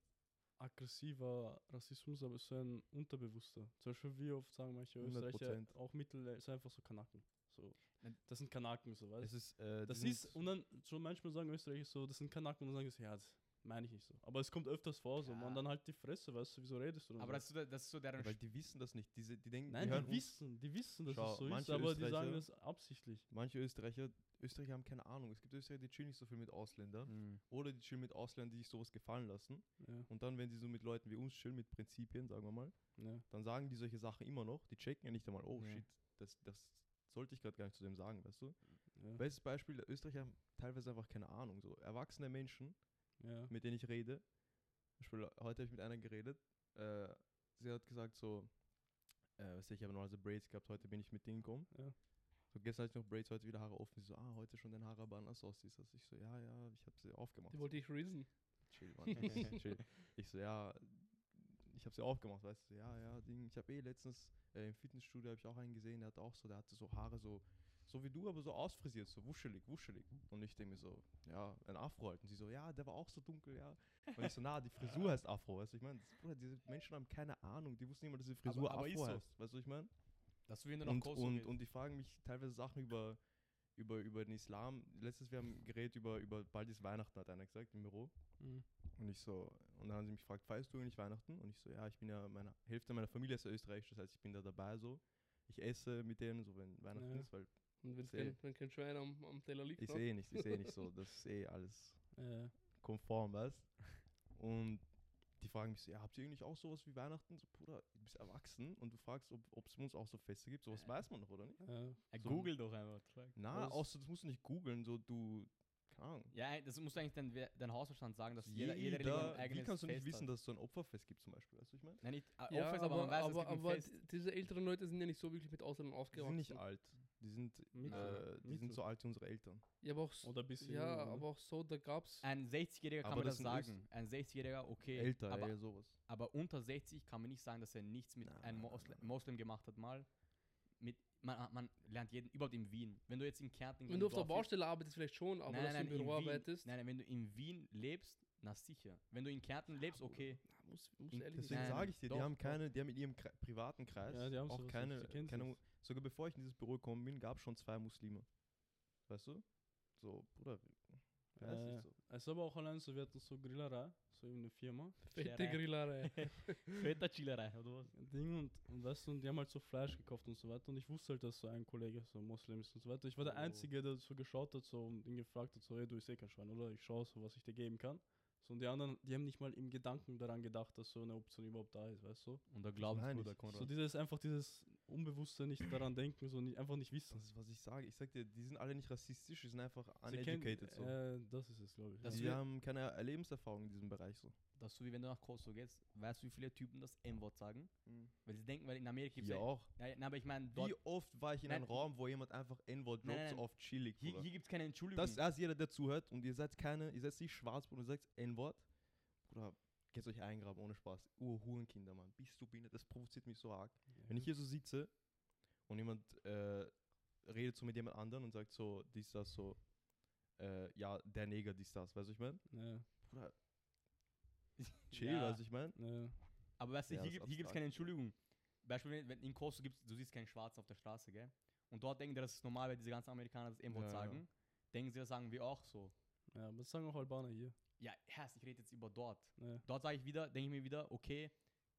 aggressiver Rassismus, aber es ist so ein unterbewusster. Zum Beispiel, wie oft sagen manche Österreicher,
100%.
auch Mittel, ist einfach so Kanaken. So.
Nein.
Das sind Kanaken, so, weißt du?
Es ist, äh,
Das
die
ist,
sind-
und dann schon manchmal sagen Österreicher so, das sind Kanaken und dann sagen sie, ja, das meine ich nicht so. Aber es kommt öfters vor, so, man,
Ja.
dann halt die Fresse, weißt du, wieso redest du denn
Aber
so?
das ist, so der- das ist so deren
weil
Sch-
die wissen das nicht. Die, se- die denken,
Nein,
die hören
die
uns.
wissen, die wissen, dass
Schau,
es so ist,
manche
aber die sagen
Österreicher-
das absichtlich.
Manche Österreicher, Österreicher haben keine Ahnung. Es gibt Österreicher, die chillen nicht so viel mit Ausländern.
Mm.
Oder die chillen mit Ausländern, die sich sowas gefallen lassen.
Ja,
Und dann, wenn sie so mit Leuten wie uns chillen, mit Prinzipien, sagen wir mal,
ja.
dann sagen die solche Sachen immer noch. Die checken ja nicht einmal, oh
Ja.
shit, das, das sollte ich gerade gar nicht zu dem sagen, weißt du?
ja.
Bestes Beispiel, der Österreicher haben teilweise einfach keine Ahnung. So erwachsene Menschen,
ja.
mit denen ich rede, zum Beispiel heute habe ich mit einer geredet, äh, sie hat gesagt so, äh, weißt du, ich habe normalerweise Braids gehabt, heute bin ich mit denen gekommen.
Ja.
So, gestern hatte ich noch Braids, heute wieder Haare offen. Sie so, ah, heute schon dein Haare Banas aus. Ist das? Ich so, ja, ja, ich habe sie aufgemacht.
Die wollte ich risen.
Chill, Mann. Chill. Ich so, ja, ich habe sie aufgemacht, weißt du, ja, ja, Ding. Ich habe eh letztens äh, im Fitnessstudio habe ich auch einen gesehen, der hatte auch so, der hatte so Haare so so wie du, aber so ausfrisiert, so wuschelig, wuschelig. Und ich denke mir so, ja, ein Afro halt. Und sie so, ja, der war auch so dunkel, ja. Und ich so, na, die Frisur heißt Afro, weißt du, ich meine, Bruder, diese Menschen haben keine Ahnung, die wussten nicht mal, dass die Frisur
aber ist
Afro
so.
heißt, weißt du, ich meine?
Dass du ihn dann
Und,
auf
und, und die fragen mich teilweise Sachen über, über, über den Islam. Letztes, wir haben geredet über, über bald ist Weihnachten, hat einer gesagt im Büro.
Mhm.
Und ich so, und dann haben sie mich gefragt, feierst du eigentlich Weihnachten? Und ich so, ja, ich bin ja, meine Hälfte meiner Familie ist ja österreichisch, das heißt, ich bin da dabei so. Ich esse mit denen, so wenn Weihnachten
Ja.
ist, weil
Und wenn's
Seh.
kein, wenn kein Schwein am, am Teller liegt,
ich
ne?
sehe eh nicht, ich sehe eh nicht so. Das ist eh alles
Äh,
konform, weißt Und die fragen mich so, ja, habt ihr eigentlich auch sowas wie Weihnachten? So, Bruder, du bist erwachsen und du fragst, ob es bei uns auch so Feste gibt. Sowas weiß man noch, oder nicht?
äh,
Äh,
so-
Google doch einfach. Fuck.
Na,
Was?
außer das musst du nicht googeln, so du, keine Ahnung.
Ja, ey, das musst du eigentlich dein, wer- dein Hausverstand sagen, dass jeder, jeder Religion ein
wie
eigenes
kannst du nicht
Fest halt.
wissen,
hat.
dass es so ein Opferfest gibt zum Beispiel, weißt du, ich meine?
Nein, nicht äh,
Ja,
Opfer ist,
aber,
aber man weiß,
aber,
es gibt
aber
ein Fest.
d- diese älteren Leute sind ja nicht so wirklich mit Ausländern
Die sind
aufgewachsen.
nicht alt. Die sind,
Mittel,
äh, die sind so alt wie unsere Eltern.
ja, aber auch, s-
Oder ein bisschen.
ja,
jünger, oder?
aber auch so, da gab's.
Ein 60-Jähriger kann
Aber
man
das
das
sind Öst-
sagen. Ein 60-Jähriger, okay.
Älter,
aber,
ja, sowas.
aber unter 60 kann man nicht sagen, dass er nichts mit
Nein,
einem
nein, nein,
Mosle
nein, nein.
Moslem gemacht hat, mal. Mit, man, man lernt jeden, überhaupt in Wien. Wenn du jetzt in Kärnten in
Wenn du auf der
einem Dorf lebst-
Baustelle arbeitest, vielleicht schon, aber dass du im Büro
in Wien,
arbeitest.
Nein, nein, wenn du in Wien lebst, na sicher. Wenn du in Kärnten lebst,
Bruder.
okay.
Na, muss, muss
In-
ehrlich
Deswegen
Nein,
sein.
sage ich dir,
doch,
die haben
doch.
keine, die haben in ihrem Kre privaten Kreis
Ja, die haben
auch
sowas,
keine,
die kennen's
keine
nicht.
Mu- sogar bevor ich in dieses Büro gekommen bin, gab es schon zwei Muslime. Weißt du? So, Bruder, weiß
Äh,
nicht so.
Es ist aber auch allein so, wir hatten so Grillerei, so in der Firma.
Fette Grillerei.
Fetter Chillerei, oder was?
ein Ding und, und weißt du, und die haben halt so Fleisch gekauft und so weiter. Und ich wusste halt, dass so ein Kollege so Moslem ist und so weiter. Ich war der
Oh.
Einzige, der so geschaut hat so und ihn gefragt hat, so, hey, du isst eh kein Schwein, oder? Ich schaue so, was ich dir geben kann. So, und die anderen, die haben nicht mal im Gedanken daran gedacht, dass so eine Option überhaupt da ist, weißt du?
Und der Glaubensbruder
ich-
Konrad.
So dieses, einfach dieses Unbewusste nicht daran denken, so nicht, einfach nicht wissen.
Das ist, was ich sage. Ich sag dir, die sind alle nicht rassistisch, die sind einfach
Sie kennen-
uneducated. So. Also
äh, das ist es, glaube ich.
Das
die
wir-
haben keine Er- Lebenserfahrung in diesem Bereich so.
Das ist so wie wenn du nach Kosovo gehst, weißt du, wie viele Typen das M-Wort sagen?
Hm.
Weil sie denken, weil in Amerika gibt es
Hier auch.
ja, nein, aber ich meine, dort.
Wie oft war ich in einem
Nein.
Raum, wo jemand einfach N-Wort
Nein,
droppt,
nein.
so oft chillig,
Hier,
Bruder.
hier gibt es keine Entschuldigung.
Das erst jeder, der zuhört und ihr seid keine, ihr seid nicht schwarz und ihr sagt N-Wort. Bruder, geht's euch eingraben, ohne Spaß. Urhurenkinder, Mann. Bist du behindert? Das provoziert mich so arg. Wenn
Mhm.
ich hier so sitze und jemand äh, redet so mit jemand anderem und sagt so, dies, das, so, äh, ja, der Neger, dies, das, weißt du, ich meine?
Ja,
Bruder, chill,
Ja,
weißt du, ich meine?
ja.
Aber weißt du,
Ja,
hier,
das
gibt- hier gibt es
abstrakt,
keine
ja.
Entschuldigung. Beispiel, wenn, wenn in Kosovo gibt's, du siehst keinen Schwarzen auf der Straße, gell? Und dort denken die, das ist normal, weil diese ganzen Amerikaner das M-Wort
Ja, ja.
sagen. Denken sie, das sagen wir auch so.
ja, aber das sagen auch Albaner hier.
Ja, Herr, ich rede jetzt über dort.
Ja,
Dort sage ich wieder, denke ich mir wieder, okay,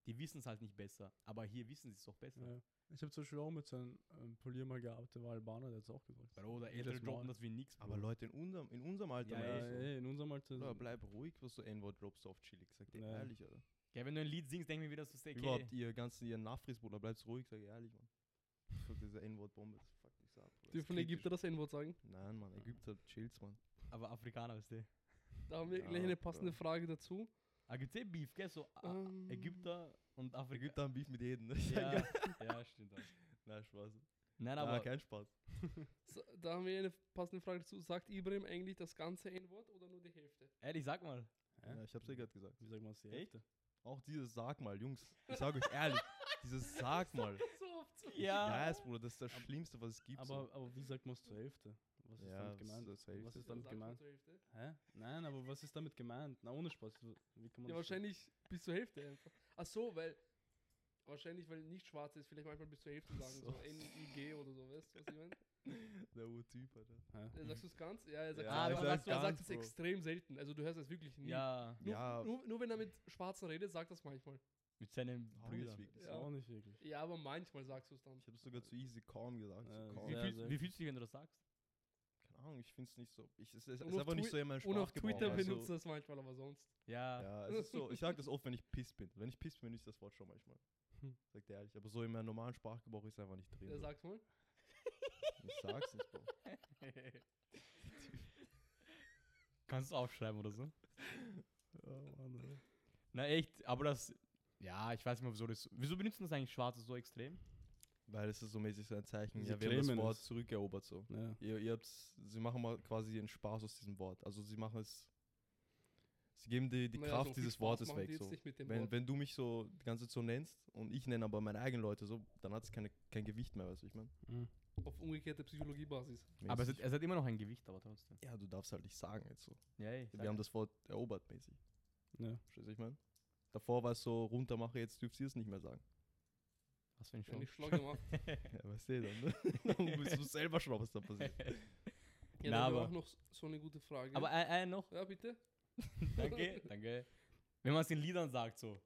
die wissen es halt nicht besser. Aber hier wissen sie es doch besser.
ja. Ich habe zum Beispiel auch mit so einem ähm, Polier mal gearbeitet, der war Albaner, der hat es auch gesagt.
Bro, der
Jedes
Ältere droppen
Mal.
das wie nix.
Aber
Bro.
Leute, in unserem, in unserem Alter,
Ja,
war
Mhm. Ja,
das so.
ey, in unserem Alter.
Bruder,
so-
bleib ruhig, was du N-Wort droppst, so oft chillig. Sag dir
Ja.
ehrlich, oder?
Gell, wenn du ein Lied singst, denken wir wieder, das ist okay.
Überhaupt, ihr ganzen, ihr Nachfries, Bruder, bleibst ruhig, sag ich ehrlich, Mann. Fuck, diese N-Wort-Bombe, das fuckt nichts ab. Bruder. Das ist
Dürfen
kritisch.
Ägypter das N-Wort sagen?
Nein, Mann, Ägypter, chills, Mann.
Aber Afrikaner, weißt du.
Da haben wir
Ja,
gleich eine passende
Bro.
Frage dazu.
Ah, gibt's eh Beef, gell? So ah,
Ähm,
Ägypter und Afrika.
Ägypter haben Beef mit jedem. ne?
Ja, ja, stimmt. auch.
Nein, Spaß.
Nein,
Aber
aber
kein Spaß.
So, Da haben wir eine passende Frage dazu. Sagt Ibrahim eigentlich das ganze N-Wort oder nur die Hälfte?
ehrlich, sag mal.
Hä?
Ja, ich hab's ja gerade gesagt.
Wie sagt man es? Die
Echt?
Hälfte?
Auch dieses Sag mal, Jungs. Ich sag euch ehrlich, dieses Sag mal.
So oft so.
Ja. Yes, Bruder, das ist das Schlimmste, was es gibt. so.
Aber, aber wie sagt man es zur Hälfte? Was ist
Ja,
damit
das-
gemeint?
das hilft.
was
Ja,
ist damit
Sagt man
gemeint?
zur Hälfte?
Hä? Nein, aber was ist damit gemeint? Na, ohne Spaß. du- Wie kann man
Ja,
das so-
wahrscheinlich bis zur Hälfte einfach. Ach so, weil. Wahrscheinlich, weil nicht schwarz ist, vielleicht manchmal bis zur Hälfte sagen, so,
so.
N-I-G oder so, weißt du, was ich meine?
der Urtyp, Alter.
Hä?
Er sagt es ganz, ja, er sagt
Ja,
es
Ah,
ganz,
ich
aber
sag's
er sagt
ganz,
es
Bro.
extrem selten, also du hörst es wirklich nie.
Ja,
Nur,
Ja.
nur, nur wenn er mit Schwarzen redet, sagt das manchmal.
mit seinem
Auch
Brüder.
nicht wirklich.
Ist
Ja.
auch nicht wirklich.
Ja, aber manchmal sagst du es dann.
Ich hab's sogar zu easy calm gesagt.
Äh,
so
Wie,
calm.
Ja,
fühlst,
sehr.
wie fühlst du dich, wenn du das sagst?
Keine Ahnung, ich find's nicht so. Ich, es ist, es
Und
ist
auf
einfach nicht
Twi-
so in meinem
Und auf
Sprachgebrauch,
Twitter
also-
benutzt er es manchmal, aber sonst.
Ja.
Ja, es ist so. Ich sag das oft, wenn ich piss bin. Wenn ich piss bin, benutze ich das Wort schon manchmal.
Hm.
Sag dir ehrlich. Aber so in meinem normalen Sprachgebrauch ist es einfach nicht drin.
Er
so.
sag's mal.
Ich sag's nicht, Bro.
Kannst du aufschreiben oder so?
Ja, Mann, ey.
Na echt, aber das. Ja, ich weiß nicht mehr, wieso das. Wieso benutzen das eigentlich Schwarze so extrem?
Weil es ist so mäßig so ein Zeichen.
Sie
Ja, wir haben das
claimen
Wort
es.
zurückerobert so.
Ja.
Ihr, ihr habt's, sie machen mal quasi ihren Spaß aus diesem Wort. Also sie machen es, sie geben die, die
Naja,
Kraft
so viel
dieses
Spaß
Wortes
machen die
weg.
jetzt
So.
Nicht mit dem
Wenn,
Wort.
wenn du mich so die ganze Zeit so nennst und ich nenne aber meine eigenen Leute so, dann hat es keine, kein Gewicht mehr, weißt du, ich meine.
Mhm.
auf umgekehrte Psychologiebasis.
Aber es hat,
mäßig.
es hat immer noch ein Gewicht, aber trotzdem.
ja, du darfst halt nicht sagen jetzt so.
Ja, ey,
Wir haben das Wort erobert mäßig.
Ja.
Verstehst du, was ich meine? Davor war es so, runtermache, jetzt dürft ihr es nicht mehr sagen.
Was für ein
Schon
Schwamm.
nicht schlau gemacht.
Ja, weißt du, dann, ne? dann bist du selber schlau, was da passiert.
Ja,
Na,
da
aber-
aber auch noch s- so eine gute Frage.
Aber ein, ein noch.
ja, bitte.
danke, danke. Wenn man es in Liedern sagt, so.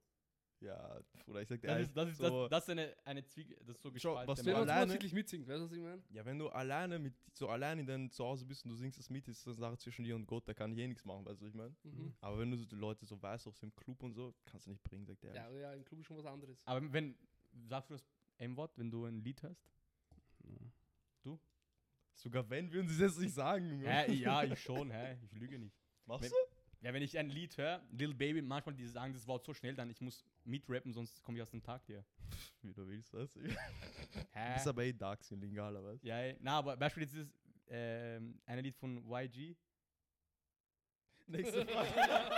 Ja, oder ich sag dir
Das
eins,
ist, das ist,
so,
das, das ist eine, eine Zwiege, das ist so
Schau,
gespalten.
was
Wenn man
alleine-
es wirklich mitsingt, weißt du, was ich meine?
ja, wenn du alleine mit, so alleine in deinem Zuhause bist und du singst es mit, ist das eine Sache zwischen dir und Gott, da kann ich eh nichts machen, weißt du, was ich meine?
Mhm.
Aber wenn du so die Leute so weißt, auch so im Club und so, kannst du nicht bringen, sagt der.
Ja, aber ja, im Club ist schon was anderes.
Aber wenn, sagst du das M-Wort, wenn du ein Lied hörst?
Sogar wenn, würden sie es jetzt nicht sagen. Junge.
Hä, ja, ich schon, hä, ich lüge nicht.
Machst
wenn-
du?
Ja, wenn ich ein Lied höre, Little Baby, manchmal die sagen das Wort so schnell, dann ich muss mitrappen, sonst komme ich aus dem Tag dir.
Wie du willst, weißt du. Du
Hä?
bist aber eh Dark Skin, Lingala, weißt du.
Ja, ey. na, aber Beispiel jetzt ist ähm, ein Lied von YG.
Nächste Frage.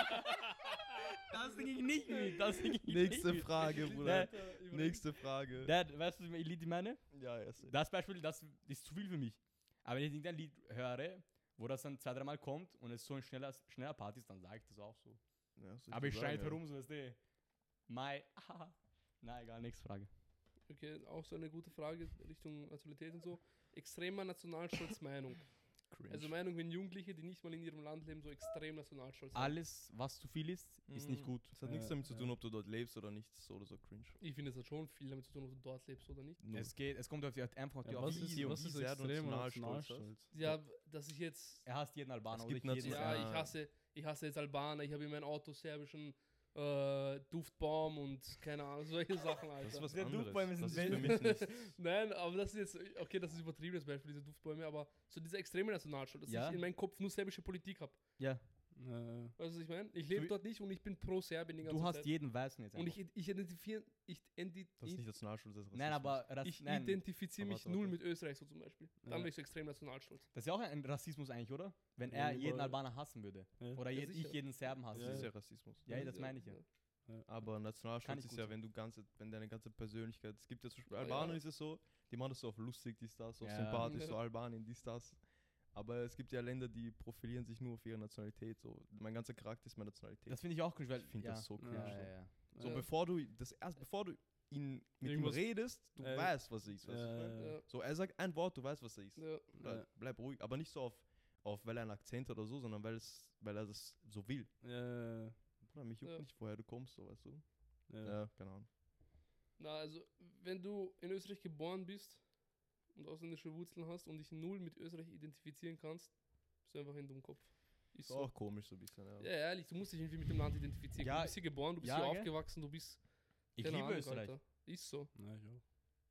Das ging ich nicht mit, das ging ich
Nächste
nicht
Frage, Bruder.
Alter, Ibrahim.
Nächste Frage.
mit. Dad, weißt du, welches Lied ich meine?
Ja, ja, safe.
Das Beispiel, das ist zu viel für mich. Aber wenn ich irgendein Lied höre, wo das dann zwei, dreimal kommt und es so ein schneller, schneller Part ist, dann sage ich das auch so.
Ja, soll
Aber
dir
ich
sagen,
schreie nicht
ja.
herum, so weißt du. My, aha. Na egal, nächste Frage.
Okay, auch so eine gute Frage Richtung Nationalität und so. Extremer Nationalstolz Meinung.
Cringe.
Also Meinung, wenn Jugendliche, die nicht mal in ihrem Land leben, so extrem nationalstolz sind.
Alles, was zu viel ist, ist nicht
Mm.
gut.
Es hat nichts
Ja,
damit zu
ja.
tun, ob du dort lebst oder nicht. So oder so cringe.
Ich finde, es hat schon viel damit zu tun, ob du dort lebst oder nicht.
Null.
Es geht, es kommt auf die, einfach auf die
Ja,
was
was
wie- ist-
ist,
wie-
Organisierung.
was
was
wie ist
ist
sehr du
extremer
national stolz
Nationalstolz?
Ja, w- dass ich jetzt.
Er hasst jeden Albaner
Es
oder
gibt
jeden
National-
Ja,
Ja.
ich hasse, ich hasse jetzt Albaner. Ich habe in meinem Auto serbischen äh, Duftbaum und keine Ahnung, solche Sachen, Alter.
Das ist was
Der
anderes.
Duftbäume sind
das ist für
Welt.
mich nichts.
Nein, aber das ist jetzt, okay, das ist übertriebenes Beispiel, diese Duftbäume, aber so dieser extreme Nationalstolz, dass
Ja.
ich in meinem Kopf nur serbische Politik habe.
Äh,
Weißt du, was ich meine? Ich lebe
Du-
dort nicht und ich bin pro Serbien die ganze
Du hast
Zeit.
jeden Weißen jetzt.
und
einfach.
ich, ich identifiziere ich, identi-
Das ist nicht Nationalstolz, das ist
nein,
Rassismus.
aber das,
ich
nein,
identifiziere
Aber
mich
warte,
null
warte.
mit Österreich so zum Beispiel. Dann
Ja.
wäre ich so extrem nationalstolz.
das ist ja auch ein Rassismus eigentlich, oder? Wenn
Ja,
er jeden
überall.
Albaner hassen würde.
Ja.
Oder
Ja,
je, ich
sicher.
jeden Serben hasse.
Das ist
Ja.
ja Rassismus.
Ja, das meine ich ja.
Aber
Kann
Nationalstolz
ich
ist
gut
ja,
sein. Oh,
wenn du ganze, wenn deine ganze Persönlichkeit, es gibt ja zum Beispiel
Ah, ja.
Albaner ist es so, die machen das so auf lustig, dies, das, auf
Ja.
sympathisch, so Albanien, dies, das. Aber es gibt ja Länder, die profilieren sich nur auf ihre Nationalität. So, mein ganzer Charakter ist meine Nationalität.
Das finde ich auch cringe, weil.
ich finde
ja.
das so
Ja,
cringe.
ja,
so.
ja, Also ja.
So,
Ja.
bevor du das erst, bevor du ihn mit ihm
Irgendwas-
redest, du
Äh,
weißt, was er ist. Weißt du, was ich mein?
äh,
Ja.
So, er sagt ein Wort, du weißt, was er ist.
Ja.
Bleib,
Ja.
bleib ruhig, aber nicht so auf, auf weil er einen Akzent hat oder so, sondern weil, es, weil er das so will.
äh,
Bruder, mich juckt
Ja.
nicht, woher du kommst, so, weißt du? Ja,
äh,
keine Ahnung.
Na, also, wenn du in Österreich geboren bist und ausländische Wurzeln hast und dich null mit Österreich identifizieren kannst, bist du einfach ein Dummkopf. Ist
Ist auch komisch so ein bisschen, ja.
Ja, ehrlich, du musst dich irgendwie mit dem Land identifizieren.
Ja,
du bist hier geboren, du bist
ja,
hier
gell?
aufgewachsen, du bist.
Ich
keine
liebe
Ahnung,
Österreich.
Alter. Ist so.
na, ich auch.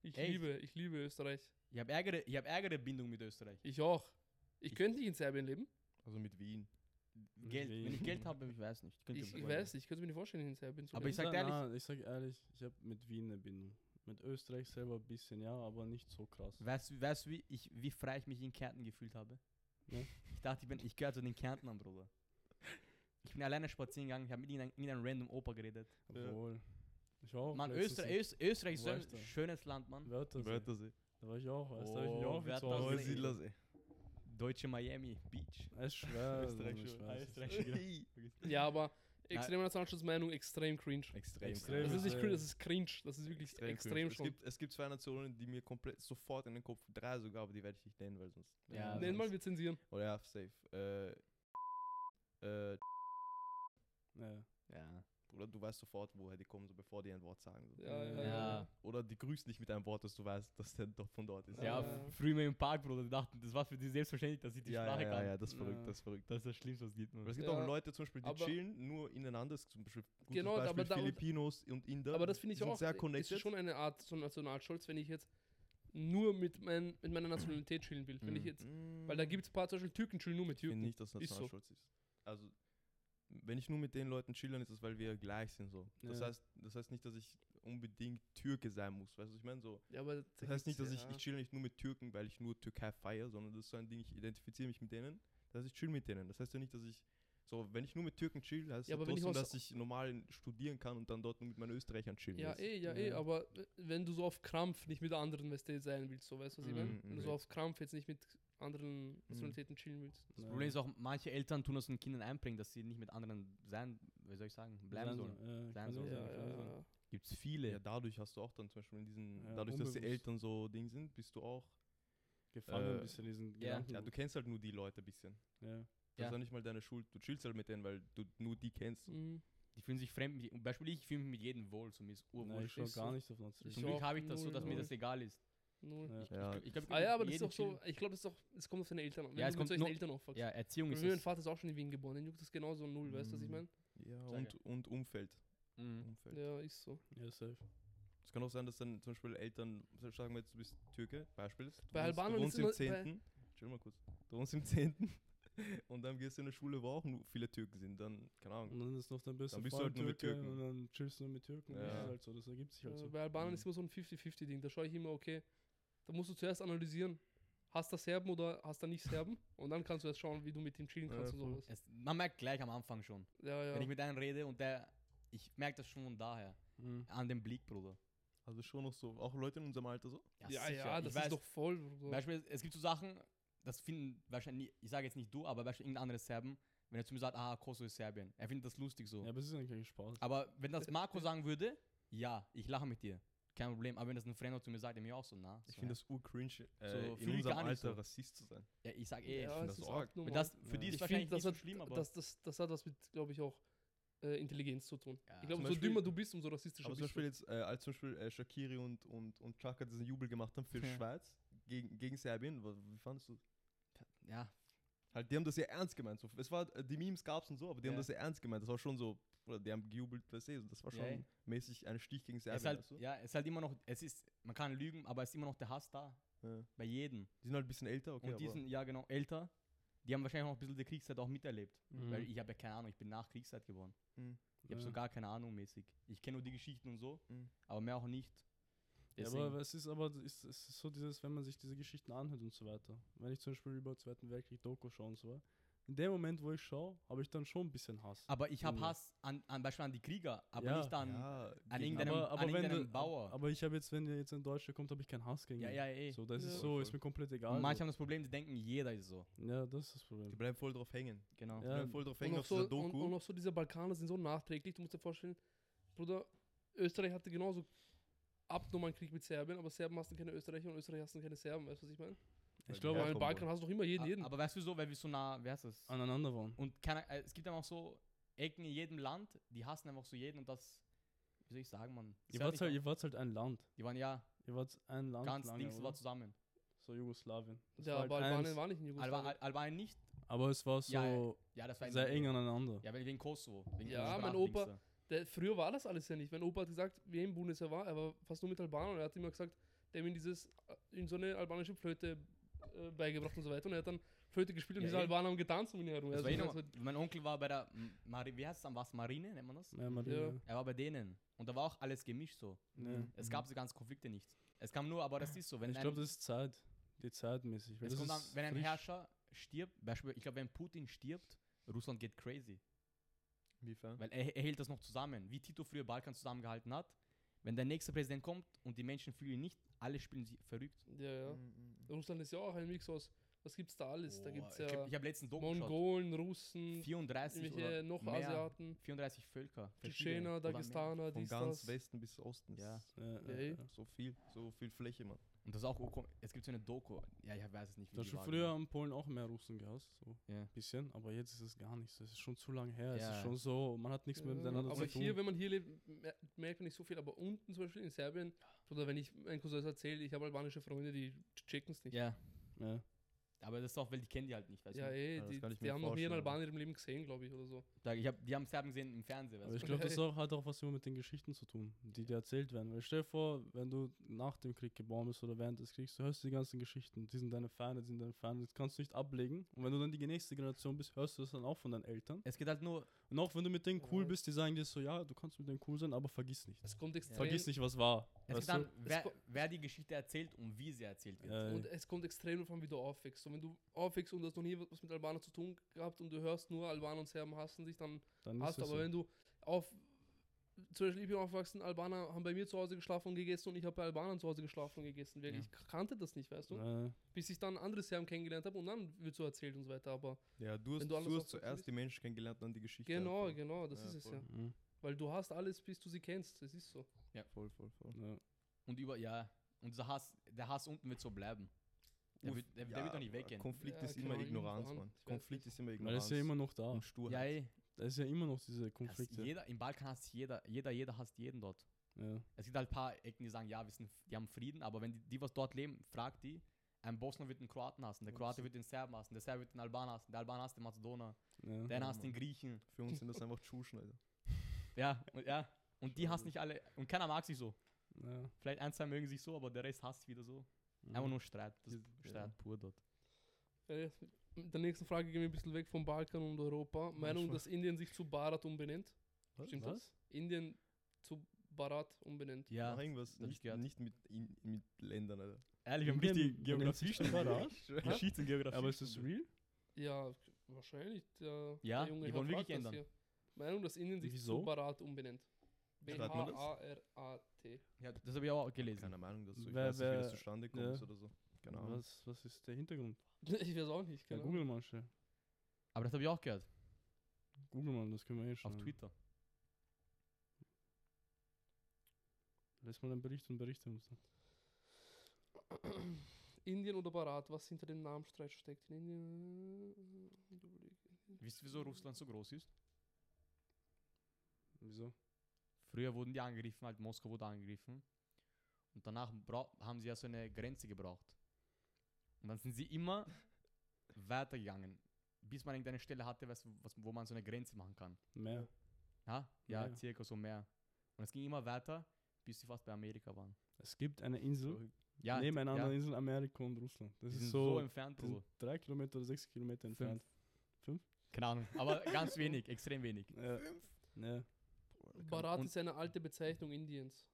Ich
Echt?
liebe, ich liebe Österreich.
Ich habe ärgere, ich hab ärgere Bindung mit Österreich.
Ich auch. Ich,
Ich-
könnte nicht in Serbien leben.
Also mit Wien.
Geld, wenn ich
Wien.
Geld habe, ich weiß nicht. Könnte
Ich, ich
überlegen.
weiß nicht, ich könnte mir nicht vorstellen, in Serbien zu
Aber ich
leben.
sag dir ehrlich-
na, ich sag ehrlich, ich habe mit Wien eine Bindung. Mit Österreich selber ein bisschen, ja, aber nicht so krass.
Weißt du, weißt, du, wie, ich, wie frei ich mich in Kärnten gefühlt habe?
Ne?
Ich dachte, ich, bin, ich gehöre zu den Kärntnern, Bruder. Ich bin alleine spazieren gegangen, ich habe mit irgendeinem irgendeinem random Opa geredet.
Obwohl. Ich war auch.
Mann,
letztes
Öster,
in
Öst, Österreich Oh, ist so
Wo
ein
warst du?
schönes Land, Mann.
Wörthersee.
Wörthersee.
Da war ich auch, weißt du, da hab ich mich
Oh,
auch wie zu
Wörthersee.
Hause gefühlt.
Neusiedlersee.
Deutsche Miami Beach.
Es schwer.
Österreich
Mann, ich
schon.
Ah,
weiß es.
Ja, aber extreme Nationalschutzmeinung, extrem cringe.
Extrem.
Extrem.
krass.
Das ist nicht
Ja.
cringe, das ist cringe. Das ist wirklich extrem,
cringe.
schon.
Es gibt, es gibt zwei Nationen, die mir komplett sofort in den Kopf, drei sogar, aber die werde ich nicht nennen, weil sonst.
Ja,
Nenn mal, wir zensieren.
Oder ja, safe. Äh, äh,
Ja.
Ja.
Bruder, du weißt sofort, woher die kommen, so bevor die ein Wort sagen. So.
Ja, ja,
Ja.
ja.
Oder die grüßt dich mit einem Wort, dass du weißt, dass der doch von dort ist.
Ja,
Ja.
früher im Park, Bruder, die dachten, das war für die selbstverständlich, dass ich die
ja, ja,
Sprache
ja,
kann.
ja, das ist verrückt,
Ja.
das ist verrückt.
Das ist das Schlimmste, was es gibt. Mann.
Aber es gibt
Ja.
auch Leute zum Beispiel, die
Aber-
chillen nur ineinander. Zum Beispiel gutes
Genau, aber
Beispiel
da- und-
Filipinos und Inder.
Aber das finde
die
ich
sind
auch.
sehr
Es
connected.
ist schon eine Art so Nationalstolz, wenn ich jetzt nur mit, mein, mit meiner Nationalität chillen will. Wenn ich
Mhm.
jetzt, weil da gibt es ein paar, zum Beispiel Türken chillen nur mit
Ich finde
Türken.
nicht, dass
Ist so.
Nationalstolz ist. Also, wenn ich nur mit den Leuten chillen, ist es, weil wir gleich sind. so. Das,
Ja.
heißt, das heißt nicht, dass ich unbedingt Türke sein muss. Weißt du, was ich meine? So,
Ja, aber
das heißt nicht, dass ich, ich chill nicht nur mit Türken, weil ich nur Türkei feiere, sondern das ist so ein Ding, ich identifiziere mich mit denen. Das heißt, ich chill mit denen. Das heißt ja nicht, dass ich So, wenn ich nur mit Türken chill, heißt
Ja,
ja,
aber wenn ich
trotzdem,
aus-
dass ich normal in- studieren kann und dann dort nur mit meinen Österreichern chillen
Ja,
ist.
eh, ja, eh,
Ja.
aber w- wenn du so auf Krampf nicht mit der anderen Weste sein willst, so weißt du, was ich meine?
Mhm,
Wenn du
mhm.
so auf Krampf jetzt nicht mit anderen Nationalitäten chillen willst.
Das Problem ist auch, manche Eltern tun das den Kindern einbringen, dass sie nicht mit anderen sein, wie soll ich sagen, bleiben sollen.
Äh,
Sein
kann
soll.
ja
Ja,
sein, kann ja sein.
Gibt es viele.
Ja, dadurch hast du auch dann zum Beispiel in diesen,
Ja,
dadurch, dass die
unbewusst.
Eltern so Ding sind, bist du auch.
Gefangen
Äh,
ein bisschen in diesen
ja.
Gedanken.
Ja, du kennst halt nur die Leute ein bisschen.
ja.
Das
Ja.
ist ja nicht mal deine Schuld. Du chillst halt mit denen, weil du nur die kennst.
Mhm.
Die fühlen sich fremd. Mit, zum Beispiel ich fühle mich mit jedem wohl, zumindest
Nein, ich
urwurscht.
schau
ist
gar
so-
nicht auf Nazis.
Ich
Zum Glück
auch
habe ich das so, dass mir
null.
das egal ist.
Nur.
Ja.
Ja,
Ich glaub, ich
Ah ja,
bin
aber das
mit
ist
jedem
doch so,
chillen.
ich glaube, das ist doch, es kommt auf deine Eltern an. Wenn
Ja,
du
es
mit
kommt
solchen
nur-
Eltern aufwachst.
Ja, Erziehung
Bei
ist
mir, mein
das.
Vater ist auch schon in Wien geboren, den juckt das genauso null, weißt du, was ich
Mhm.
meine?
ja
Sag
und, und Umfeld.
Mhm.
Umfeld.
Ja, ist so.
Ja, safe.
Es kann auch sein, dass dann zum Beispiel Eltern, so sagen wir jetzt, du bist Türke, Beispiel. Du
Bei
wohnst,
Albanern
du
ist
wohnst im
immer- bei-
10. Chill mal kurz. Du wohnst im 10. und dann gehst du in eine Schule, wo auch nur viele Türken sind. Dann, keine Ahnung.
Und dann ist noch dein bester
bist du
Freund
halt nur mit
Türke
Türken.
und dann chillst du nur mit Türken. Das
Ja.
ist halt so, das ergibt sich halt
Äh,
so.
Bei Albanern
Mhm.
ist immer so ein 50-50-Ding. Da schaue ich immer, okay, da musst du zuerst analysieren, hast du Serben oder hast du nicht Serben? und dann kannst du erst schauen, wie du mit dem chillen
Ja,
kannst und
voll.
sowas.
Es, man merkt gleich am Anfang schon.
Ja, ja.
Wenn ich mit einem rede und der. Ich merke das schon von daher.
Mhm.
An dem Blick, Bruder.
Also schon noch so, auch Leute in unserem Alter so.
ja,
sicher.
ja,
Ich
das
weiß,
ist doch voll. Bruder.
Beispiel, es gibt so Sachen, das finden wahrscheinlich, ich sage jetzt nicht du, aber beispielsweise irgendein anderes Serben, wenn er zu mir sagt, ah, Kosovo ist Serbien. Er findet das lustig so.
Ja, aber es ist eigentlich kein Spaß.
Aber wenn das Marco sagen würde, ja, ich lache mit dir. Kein Problem. Aber wenn das ein Fremder zu mir sagt, dann bin ich auch so, na. So,
Ich finde das urcringe, äh,
So, fühl
in
ich
unserem
gar nicht
Alter
so.
Rassist zu sein.
ja, ich sag eh.
ja,
find
es
das
ist
arg.
wenn
abnormal.
das, für
Ja.
die ist
Ich
wahrscheinlich
find, das,
nicht so
hat,
schlimm, aber.
das, das, das hat was mit, glaube ich, auch äh, Intelligenz zu tun.
Ja.
Ich glaube,
Zum
umso
Beispiel-
dümmer du bist, umso rassistischer
Aber
bist
zum
du.
Beispiel jetzt, äh, als zum Beispiel äh, Shakiri und, und, und Chaka diesen Jubel gemacht haben für
Ja.
Schweiz gegen, gegen Serbien, wa- wie fandest du?
ja,
Halt, die haben das ja ernst gemeint. So, es war, äh, die Memes gab's und so, aber die haben
Ja.
das ja ernst gemeint. Das war schon so, oder die haben gejubelt per se. so, Das war
Ja,
schon
eh.
mäßig ein Stich gegen
es
Serbien.
ist halt,
weißt du?
ja, es ist halt immer noch, es ist, man kann lügen, aber es ist immer noch der Hass da.
Ja.
Bei jedem.
Die sind halt ein bisschen älter, okay.
Und die
aber-
sind, ja genau, älter. Die haben wahrscheinlich noch ein bisschen die Kriegszeit auch miterlebt.
Mhm.
Weil ich habe ja keine Ahnung, ich bin nach Kriegszeit geboren. Ich habe so gar keine Ahnung mäßig. Ich kenne nur die Geschichten und so,
Mhm.
aber mehr auch nicht.
Ja,
Deswegen,
aber es ist aber es ist, es ist so dieses, wenn man sich diese Geschichten anhört und so weiter. Wenn ich zum Beispiel über den Zweiten Weltkrieg Doku schaue und so weiter. In dem Moment, wo ich schaue, habe ich dann schon ein bisschen Hass.
aber ich habe
Mhm.
Hass an, an Beispiel an die Krieger, aber
Ja.
nicht an,
ja,
an
gegen-
irgendeinem,
aber, aber
an
wenn
irgendeinem
du-
Bauer.
Aber ich habe jetzt, wenn der jetzt ein Deutscher kommt, habe ich keinen Hass gegen
ja,
ihn.
ja, eh.
So, das
Ja.
ist so, ist
Voll.
mir komplett egal.
und manche
so.
haben das Problem, die denken, jeder ist so.
Ja, das ist das
Die
Problem.
bleiben voll drauf hängen.
Genau.
Die
Ja.
bleiben voll drauf
Und
hängen
auch,
auf
so,
dieser
und,
Doku.
und auch so diese Balkaner sind so nachträglich, du musst dir vorstellen, Bruder, Österreich hatte genauso abnormalen Krieg mit Serbien, aber Serben hassen keine Österreicher und Österreicher hassen keine Serben, weißt du, was ich meine?
Weil
Ich
die
glaube,
Aber
herkommen
im Balkan hast du doch immer jeden,
A-
jeden.
Aber weißt du so, weil wir so nah, wer ist das?
aneinander waren.
Und keine, äh, es gibt dann auch so Ecken in jedem Land, die hassen einfach so jeden und das, wie soll ich sagen, man.
Ihr wart, halt, ihr wart halt ein Land.
die waren ja
Ihr wart ein Land
ganz
lange,
Dings
oder?
war zusammen.
So Jugoslawien. Das
ja,
war
aber
halt
Albanien
eins.
war nicht in Jugoslawien.
Alba- Albanien nicht.
Aber es war so
Ja, Ja, das war in-
sehr eng aneinander.
Ja, wegen wegen Kosovo. Wegen
Ja,
diesem
mein
Sprachdings
Opa-
da.
Der, früher war das alles ja nicht. Mein Opa hat gesagt, wie er im Bundesheer war, er war fast nur mit Albanern. Er hat immer gesagt, der hat ihm dieses, äh, ihm so eine albanische Flöte äh, beigebracht und so weiter. Und er hat dann Flöte gespielt und
Ja,
diese
eh.
Albaner haben getanzt um ihn herum. Also,
Das war eh
das
noch,
war-
mein Onkel war bei der, M- Mari, wie heißt es am was, Marine, nennt man das?
Ja, Marina.
Er war bei denen. Und da war auch alles gemischt so.
Ja.
Es gab so ganze Konflikte nicht. Es kam nur, aber das ist so, Mhm. wenn
Ich
ein,
glaube, das ist Zeit. Die Zeitmäßig. Weil
es
das
kommt
ist
an, wenn ein
frisch.
Herrscher stirbt, Beispiel, ich glaube, wenn Putin stirbt, Russland geht crazy.
Inwiefern?
Weil er, er hält das noch zusammen. Wie Tito früher Balkan zusammengehalten hat. Wenn der nächste Präsident kommt und die Menschen fühlen nicht, alle spielen sie verrückt.
ja, ja. Russland ist ja auch ein Mix aus, was gibt's da alles? da
Mhm. Boah,
gibt's
ich
ja
glaub, ich habe letzten Doku geschaut.
Mongolen, Russen,
34 oder
irgendwelche noch
mehr.
Asiaten,
34 Völker. verschiedene
Tschetschener,
oder mehr.
Dagestaner,
Von
dies,
ganz
das.
Westen bis Osten.
Ja.
ist
Ja, ja,
Ey.
ja.
So viel, so viel Fläche, Mann.
Und das ist auch, urkom- es gibt so eine Doku. Ja, ich weiß es nicht. wie
Da
die
schon
war
früher
genau.
haben Polen auch mehr Russen gehasst, so
Ja.
ein bisschen, aber jetzt ist es gar nichts. Das ist schon zu lange her. Es
Ja.
ist schon so, man hat nichts mehr miteinander
aber
zu tun.
hier, wenn man hier lebt, mer- merkt man nicht so viel. Aber unten zum Beispiel in Serbien, oder wenn ich meinen Cousins erzähle, ich habe albanische Freunde, die checken's nicht.
Ja,
ja.
aber das ist auch, weil die kennen die halt nicht. Weißt
Ja, eh.
du?
ey,
Ja, das
die,
kann ich
die
mir
haben noch nie einen
vorstellen, aber-
Albaner im Leben gesehen, glaube ich, oder so.
Da- Ich hab, die haben Serben gesehen im Fernsehen.
Aber
Weißt
ich
du?
glaube, das auch, hat auch was immer mit den Geschichten zu tun, die dir erzählt werden. Weil stell dir vor, wenn du nach dem Krieg geboren bist oder während des Kriegs, du hörst die ganzen Geschichten, die sind deine Feinde, die sind deine Feinde, das kannst du nicht ablegen. Und wenn du dann die nächste Generation bist, hörst du das dann auch von deinen Eltern.
Es geht halt nur,
Und auch wenn du mit denen
Ja,
cool
es-
bist, die sagen dir so, ja, du kannst mit denen cool sein, aber vergiss nicht.
Es kommt extrem,
Vergiss nicht, was war.
es geht
weißt du?
dann, wer,
ko-
wer die Geschichte erzählt und wie sie erzählt wird.
Äh,
Und es kommt extrem davon, wie du aufwächst. Und wenn du aufwächst und hast noch nie was mit Albanern zu tun gehabt und du hörst nur Albaner und Serben hassen sich, dann
Dann
hast
ist
du.
es
Aber
so.
wenn du auf, zum Beispiel ich bin aufgewachsen, Albaner haben bei mir zu Hause geschlafen und gegessen und ich habe bei Albanern zu Hause geschlafen und gegessen. Weil
Ja.
ich kannte das nicht, weißt du?
Äh,
Bis ich dann andere Serben kennengelernt habe und dann wird so erzählt und so weiter. Aber
Ja, du hast,
du alles
du hast
aufwachsen
zuerst
bist.
die Menschen kennengelernt, dann die Geschichte.
genau,
einfach.
genau, das
Ja,
ist es
voll.
ja.
mhm.
Weil du hast alles, bis du sie kennst. Das ist so.
Voll, voll, voll.
Ja.
Und über, ja. Und dieser Hass, der Hass unten wird so bleiben. Der
Uff,
wird, der, der wird doch nicht
aber
weggehen.
Konflikt
Ja,
ist
keine
immer
Ahnung,
Ignoranz,
irgendwann,
Mann.
ich weiß
Konflikt
nicht.
ist immer
Weil
Ignoranz.
es ist ja immer noch da.
und Sturheit.
halt.
Ja, eh. ey.
Da ist ja immer noch diese
Es,
Konflikte.
jeder, Im Balkan hasst jeder, jeder, jeder hasst jeden dort.
ja.
Es gibt halt ein paar Ecken, die sagen, ja, wir sind, die haben Frieden, aber wenn die, die was dort leben, fragt die, ein Bosnier wird den Kroaten hassen, der
Ja,
Kroate
so.
wird den Serben hassen, der Serb wird den Albaner hassen, der Albaner hasst den Mazedoner,
Ja.
der
Ja,
hasst den
Mann.
Griechen.
Für uns sind das einfach Tschuschen, Alter.
Ja, und, ja. Und die
Schau,
hassen
das-
nicht alle, und keiner mag sich so.
Ja.
Vielleicht ein, zwei mögen sich so, aber der Rest hasst wieder so.
Mhm.
Einfach nur Streit, das ist
Ja.
Streit pur dort.
Ja, ja. Äh, Mit der nächsten Frage gehen wir ein bisschen weg vom Balkan und Europa. Meinung, dass Indien sich zu Bharat umbenennt? Stimmt
Was?
das? Indien zu Bharat umbenennt.
Ja,
Mach irgendwas
hab ich
nicht,
gehört.
nicht mit, in, mit Ländern, Alter.
ehrlich, wir haben
Indien
richtig
benennt sich
Geografie studiert.
Bharat?
Geschichts- und Geografie.
Aber ist das
studiert.
real?
Ja, wahrscheinlich. Der,
Ja,
der junge
die
Herr
wollen
fragt
wirklich
das
ändern.
hier. Meinung, dass Indien sich
Wieso?
zu Bharat umbenennt.
Schreibt man das?
B-H-A-R-A-T.
Ja, das habe ich auch gelesen.
Keine Meinung, dass so, ich
Wer-
weiß nicht, wie das
wer-
zustande
ja.
kommt ist oder so. Keine Ahnung.
Was, was ist der Hintergrund?
Ich weiß auch nicht,
Ja,
keine Ahnung.
Google mal schnell.
Aber das habe ich auch gehört,
Google mal, das können wir eh schon.
auf Twitter.
Lass mal einen Bericht und berichte uns dann.
Indien oder Bharat, was hinter dem Namenstreit steckt in Indien?
Wisst ihr, wieso Russland so groß ist?
Wieso?
Früher wurden die angegriffen, halt Moskau wurde angegriffen. Und danach brau- haben sie ja so eine Grenze gebraucht. Und dann sind sie immer weitergegangen, bis man irgendeine Stelle hatte, was, was, wo man so eine Grenze machen kann.
Mehr.
Ja, ja,
Ja.
circa so mehr. Und es ging immer weiter, bis sie fast bei Amerika waren.
Es gibt eine Insel,
Ja,
neben
d-
einer anderen
ja,
Insel, Amerika und Russland. Das
die
ist
sind
so,
so entfernt.
die sind
Also.
drei Kilometer oder sechs Kilometer
Fünf.
entfernt.
Keine Ahnung, aber ganz wenig, extrem wenig.
Ja. ja.
Bharat
Und-
ist eine alte Bezeichnung Indiens.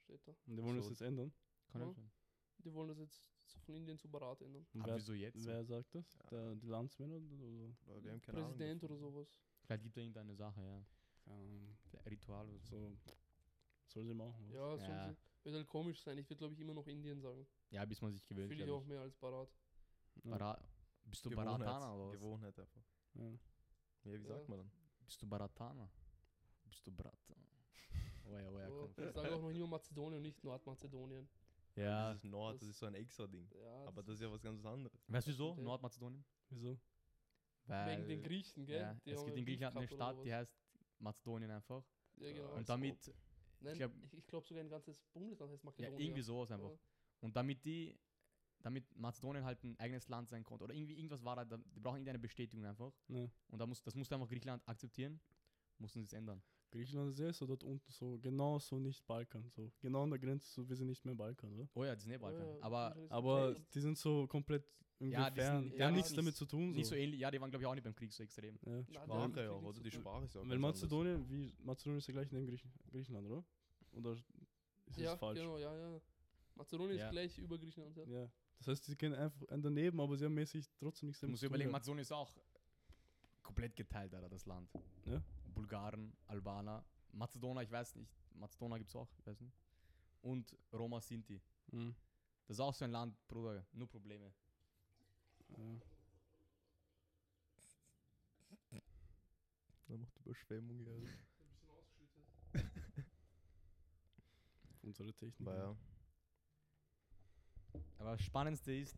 Steht da.
Und die wollen
So.
das jetzt ändern.
Kann
Ja.
ich schon.
Die wollen das jetzt zu- von Indien zu Bharat ändern.
Und
Aber
wer,
Ah, wieso jetzt?
wer sagt das?
Ja.
Der, die Landsmänner oder- oder?
Weil wir haben keine Ahnung
Präsident
davon.
oder sowas.
Vielleicht gibt es irgendeine Sache, ja.
Keine Ahnung.
Ritual oder so.
So. Soll sie machen. was?
Ja,
Ja.
ja. wird halt komisch sein. Ich würde, glaube ich, immer noch Indien sagen.
Ja, bis man sich gewöhnt.
Fühle ich
glaub
auch mehr als Bharat.
ich.
Ja.
Bara- Bist du
Gewohnheit,
Barataner oder was?
Gewohnheit einfach.
Ja.
Ja, wie
Ja.
sagt man dann?
Bist du Barataner? Bist du Brat? Oh ja, oh ja,
So,
komm.
ich sage auch noch nur Mazedonien, nicht Nordmazedonien.
Ja.
Dieses Nord, das
das-
ist so ein extra Ding.
Ja,
Aber das ist ja was ganz anderes.
Weißt du wieso?
Ja.
Nordmazedonien?
Wieso?
Weil,
wegen den Griechen, gell?
Ja,
Die
es
haben
gibt
ja
in
Beef
Griechenland eine
gehabt oder
Stadt, die
sowas.
heißt Mazedonien einfach.
Ja, genau.
Als
Und damit,
Nein, ich
glaub-
glaube glaub sogar ein ganzes Bundesland heißt
ja,
Makedonien.
irgendwie sowas einfach.
Ja.
Und damit die, damit Mazedonien halt ein eigenes Land sein konnte. Oder irgendwie irgendwas war da, da- die brauchen irgendeine Bestätigung einfach.
Ja.
Und da muss, das musste einfach Griechenland akzeptieren. Mussten sie es ändern.
Griechenland ist ja so dort unten so, genau so nicht Balkan. So. Genau an der Grenze, so wir sind nicht mehr Balkan, oder?
Oh ja, das ist nicht Balkan.
Ja, ja,
aber
Griechenland ist
Aber
Griechenland.
die sind so komplett irgendwie
Ja, die sind-
fern.
ja,
Die haben
die
nichts
sind
damit
nicht-
zu tun. So.
nicht so ähnlich. Ja, die waren glaube ich auch nicht beim Krieg so extrem.
ja.
Nein, die
Sprache
haben
ja
mit
auch,
Krieg
oder?
zu
Die
tun.
Sprache ist ja auch
Weil
ganz anders.
Mazedonien, wie Mazedonien ist ja gleich neben Griechen, Griechenland, oder? Oder ist
Ja,
das falsch?
genau, ja, ja. Mazedonien
Ja.
ist gleich über Griechenland. Ja.
Ja. Das heißt, sie gehen einfach daneben, aber sie haben mäßig trotzdem nichts
Du
damit
musst
zu
dir
tun.
überlegen,
gehabt.
Mazedonien ist auch komplett geteilt, Alter, das Land.
Ja.
Bulgaren, Albaner, Mazedoner, ich weiß nicht. Mazedoner gibt's auch, ich weiß nicht. Und Roma Sinti.
Mhm.
Das ist auch so ein Land, Bruder, nur Probleme.
Ja.
Da macht Überschwemmung ja.
Unsere
Mhm.
Technik.
Aber ja.
Aber das Spannendste ist,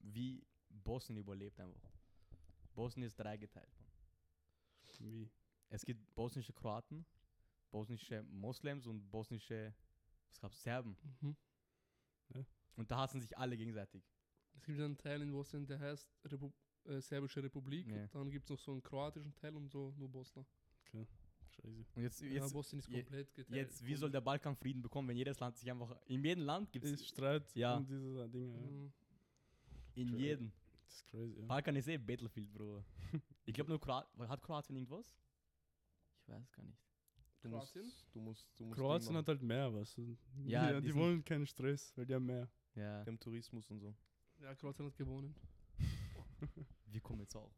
wie Bosnien überlebt einfach. Bosnien ist dreigeteilt. Mann.
Wie?
Es gibt bosnische Kroaten, bosnische Moslems und bosnische, was gab's, Serben.
Mhm.
Und da hassen sich alle gegenseitig.
Es gibt einen Teil in Bosnien, der heißt Repub äh, Serbische Republik.
Ja.
Und dann gibt es noch so einen kroatischen Teil und so nur Bosnien.
Scheiße.
Und jetzt,
Ja,
jetzt
Bosnien ist
je-
komplett geteilt.
Jetzt, wie soll der Balkan Frieden bekommen, wenn jedes Land sich einfach. In jedem Land gibt
Ist
es.
Streit
Ja.
um diese Dinge. Ja.
Mhm.
In
True.
jedem.
Das ist crazy. Ja.
Balkan ist eh Battlefield, Bruder. Ich glaube nur Kroatien. Hat Kroatien irgendwas? Ich weiß gar nicht.
Du
Kroatien?
musst, du musst, du musst
Kroatien
Ding
hat
machen.
halt mehr, weißt du?
Ja,
die,
die
die
sind-
wollen keinen Stress, weil die haben mehr.
Ja.
Die haben Tourismus und so.
Ja, Kroatien hat gewonnen.
Wir kommen jetzt auch.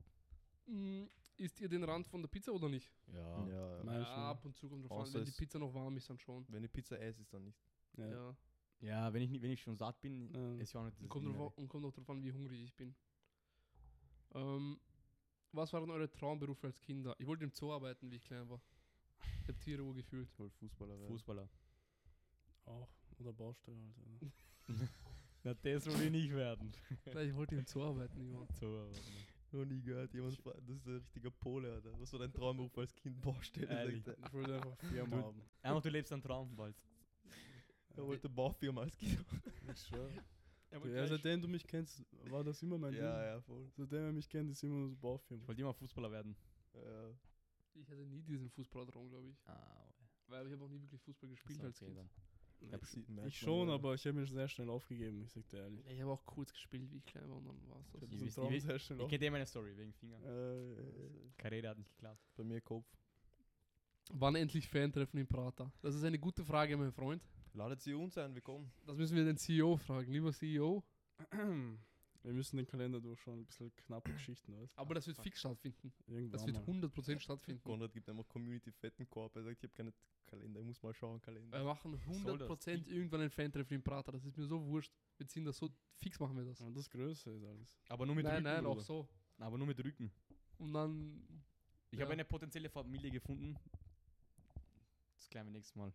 Mm, isst ihr den Rand von der Pizza oder nicht?
Ja.
Ja, ja.
Nein.
Ja,
ich schon.
ab und zu kommt drauf an,
Außer
wenn die
es-
Pizza noch warm ist, dann schon.
Wenn die Pizza ess, ist dann nicht.
Ja.
Ja.
Ja, wenn ich, nicht- wenn ich schon satt bin,
Ähm,
ist ja auch nicht das
Und kommt, drauf,
Innere.
an- und kommt auch drauf an, wie hungrig ich bin. Ähm, was waren eure Traumberufe als Kinder? Ich wollte im Zoo arbeiten, wie ich klein war. Ich habe Tiere gefühlt.
Ich wollte
ne?
Fußballer werden.
Fußballer.
Auch. Oder Baustelle halt. Ja.
Na, das will ich nicht werden.
Nein, ich wollte im Zoo arbeiten, Junge.
So, ne.
Noch nie gehört. Jemand, fra- das ist ein richtiger Pole, Alter. Was war dein Traumberuf als Kind? Baustelle.
Ehrlich.
sagt er.
Ich wollte einfach Firma
Du-
haben.
Einfach, du lebst einen Traum bald.
Er wollte Baufirma als Kind.
Ich schwör. Du, ja, also- seitdem du mich kennst, war das immer mein
Ja,
Ding.
ja, voll.
Seitdem er mich kennt, ist immer nur so Baufirma.
Ich wollte immer Fußballer werden.
Ja.
Ich hatte nie diesen Fußballertraum, glaube ich. Weil ich habe auch nie wirklich Fußball gespielt als Kind.
Nee,
Ja,
ich-
sieht- merkt man,
ich schon,
ja.
aber ich habe mich sehr schnell aufgegeben, ich sag dir ehrlich.
Ja, ich habe auch kurz gespielt, wie ich klein war, und dann war es das.
Ich
Ich habe
ihr
diesen
wisst- ihr
Traum
wisst-
sehr schnell
Ich
aufgegeben.
kenne immer eine Story wegen Finger.
Äh,
Karriere hat nicht geklappt.
Bei mir Kopf.
Wann endlich Fan-Treffen in Prata? Das ist eine gute Frage, mein Freund.
Ladet sie uns ein, wir kommen.
Das müssen wir den CEO fragen. Lieber E CEO.
wir müssen den Kalender durchschauen, ein bisschen knappe Geschichten, weißt
Aber das wird fix stattfinden.
du? Irgendwann
Das wird
mal.
100% stattfinden.
Konrad gibt einfach Community fetten Korb. Er sagt, ich habe keinen Kalender, ich muss mal schauen, Kalender.
Wir machen
soll das?
100% irgendwann ein Fan-Treffen in Prater. Das ist mir so wurscht. Wir ziehen das so fix, machen wir das.
Ja, das Größe ist alles.
Aber nur mit
nein,
Rücken.
nein, auch
Bruder.
so.
Aber nur mit Rücken.
Und dann.
Ich
Ja.
habe eine potenzielle Familie gefunden. Das klären wir nächstes Mal.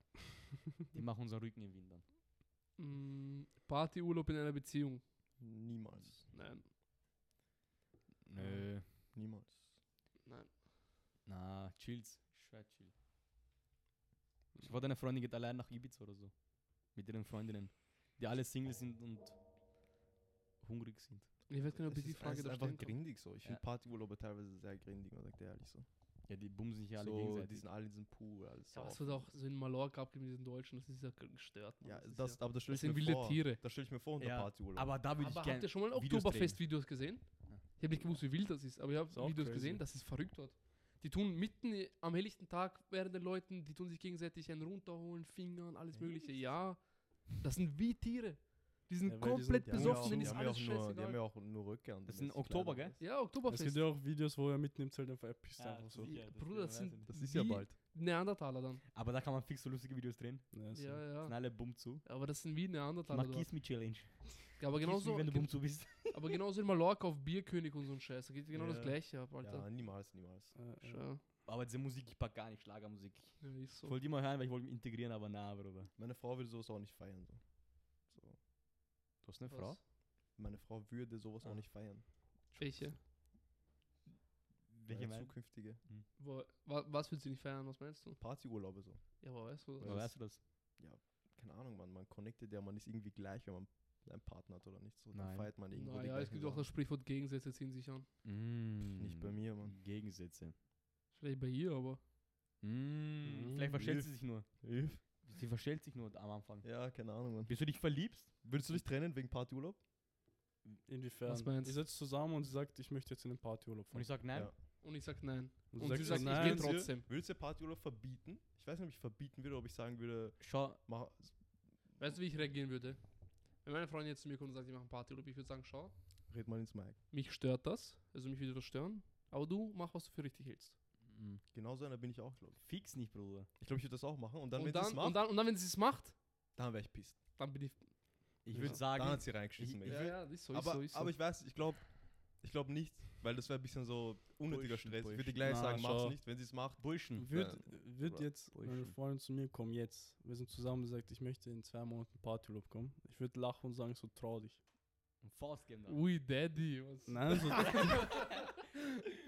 Die machen unseren Rücken im Wind dann.
mm, Partyurlaub in einer Beziehung.
Niemals.
Nein,
Nö.
Niemals.
nein.
Ah. Na, chills. Schwer chill. Ich war deine Freundin geht allein nach Ibiza oder so. Mit ihren Freundinnen. Die alle Single sind und hungrig sind.
Und ich weiß gar nicht, ob ich
Es
die
ist, es
Frage
ist
da
einfach
stellen kann.
grindig so. Ich
Ja.
finde Partyurlaube teilweise sehr grindig, man sagt ehrlich so.
Ja, die bumsen sich ja alle
so
gegenseitig.
die sind alle in diesem Pool, alles
Ja,
saufen.
das wird auch so in Mallorca abgeben mit diesen Deutschen. Das ist ja g- gestört. Mann.
Ja,
ist
das, aber das stelle
das
ich
sind
mir
wilde
vor.
Tiere.
Das stelle ich mir vor unter
Ja,
Partyurlaub.
Aber da würde ich
aber habt
gerne.
ihr schon mal
Videos drehen.
Oktoberfest-Videos gesehen?
Ja.
Ich habe nicht gewusst, wie wild das ist, aber ich habe
Ist auch
Videos
crazy.
gesehen, das ist verrückt dort. Die tun mitten i- am helllichten Tag während den Leuten, die tun sich gegenseitig einen runterholen, Fingern, alles mögliche. Ja, das sind wie Tiere. Die sind
Ja, weil die sind-
komplett
die haben ja
besoffen,
auch,
denen
die
ist
haben ja
alles
auch nur, die haben ja
scheißegal.
auch nur Röcke an.
Das ist
den
im
letzten
Oktober,
Kleidern.
Ja,
Es gibt
Oktoberfest.
ja auch Videos, wo er halt mitten im Zelt einfach abpisst, einfach so.
sicher, das Bruder, das sind-
Das ist ja
Wie-
bald.
Neandertaler dann.
Aber da kann man fix so lustige Videos drehen.
Ja, ist so.
Ja,
Sind
ja.
alle bumm zu.
Aber das sind wie Neandertaler
Mach
dort.
Kiss Me Challenge.
Ja, aber
Kiss
genauso,
me, wenn du bumm zu bist.
aber genauso in Mallorca auf Bierkönig und so ein Scheiß. Da geht genau das
Ja.
gleiche ab, Alter.
Ja, niemals, niemals.
Äh, äh,
Ja,
Aber diese Musik, ich pack gar nicht, Schlagermusik.
ja ist
Ich
so.
wollte die mal hören, weil ich wollte mich integrieren, aber na, Bruder.
Meine Frau würde sowas auch nicht feiern. So. So.
Du hast eine
Was?
Frau?
Meine Frau würde sowas
Ah.
auch nicht feiern.
Welche?
Welche
Meine
meinst
zukünftige
Wo, wa, was willst du nicht feiern? Was meinst du?
Partyurlaube so.
Ja, aber weißt
du?
du, also
Woher
Was?
weißt du das?
Keine Ahnung, man, man connectet ja, man ist irgendwie gleich, wenn man einen Partner hat oder nicht. So, dann
Nein.
feiert man irgendwo die
Naja, es
gleichen
gibt auch das
Sachen.
Sprichwort Gegensätze ziehen sich an.
Hm.
Nicht bei mir, Mann.
Gegensätze.
Vielleicht bei ihr, aber.
Mm, Vielleicht
Mm,
verstellt
Hilf.
sie sich nur.
Hilf.
Sie verstellt sich nur am Anfang.
Ja, keine Ahnung, Mann.
Bist du dich verliebst?
Würdest du dich trennen wegen Partyurlaub?
Inwiefern?
Was meinst
Ihr sitzt zusammen und sie sagt, ich möchte jetzt in den Partyurlaub
Und
fahren.
ich sag nein.
Ja.
Und ich sag nein.
Und,
und sie
so,
sagt, ich
nein,
geh
sie-
trotzdem.
Würdest du Partyurlaub verbieten? Ich weiß nicht, ob ich verbieten würde, ob ich sagen würde,
Schau,
mach,
Weißt du, wie ich reagieren würde? Wenn meine Freundin jetzt zu mir kommt und sagt, ich mache einen Partyurlaub, ich würde sagen, schau,
red mal ins Mike.
mich stört das, also mich würde das stören, aber du mach, was du für richtig hältst.
mm,
Genau so einer bin ich auch, glaube ich.
fix nicht, Bruder.
Ich glaube, ich würde das auch machen. Und dann,
und,
wenn sie es
dann, und,
macht,
dann, und dann, wenn sie es macht,
dann wäre ich pisst.
dann bin ich.
Ich
Ja.
würde
Dann hat
sagen,
sie reingeschissen.
Ah, Ich-
Digga.
ja, ja, ist so, ist
aber,
so, ist so.
aber ich weiß, ich glaube ich glaub nicht, weil das wäre ein bisschen so unnötiger
Bullshit,
Stress. Ich würde
Bullshit.
gleich
Na,
sagen, mach's
schau.
nicht. Wenn sie es macht,
Burschen.
Wird, wird
Bruder,
jetzt meine
Bullshit.
Freundin zu mir kommen, jetzt. Wir sind zusammen, sie sagt, ich möchte in zwei Monaten Partyurlaub kommen. Ich würde lachen und sagen, so trau dich.
Faust geben dann.
Ui, Daddy. Was?
Nein, so,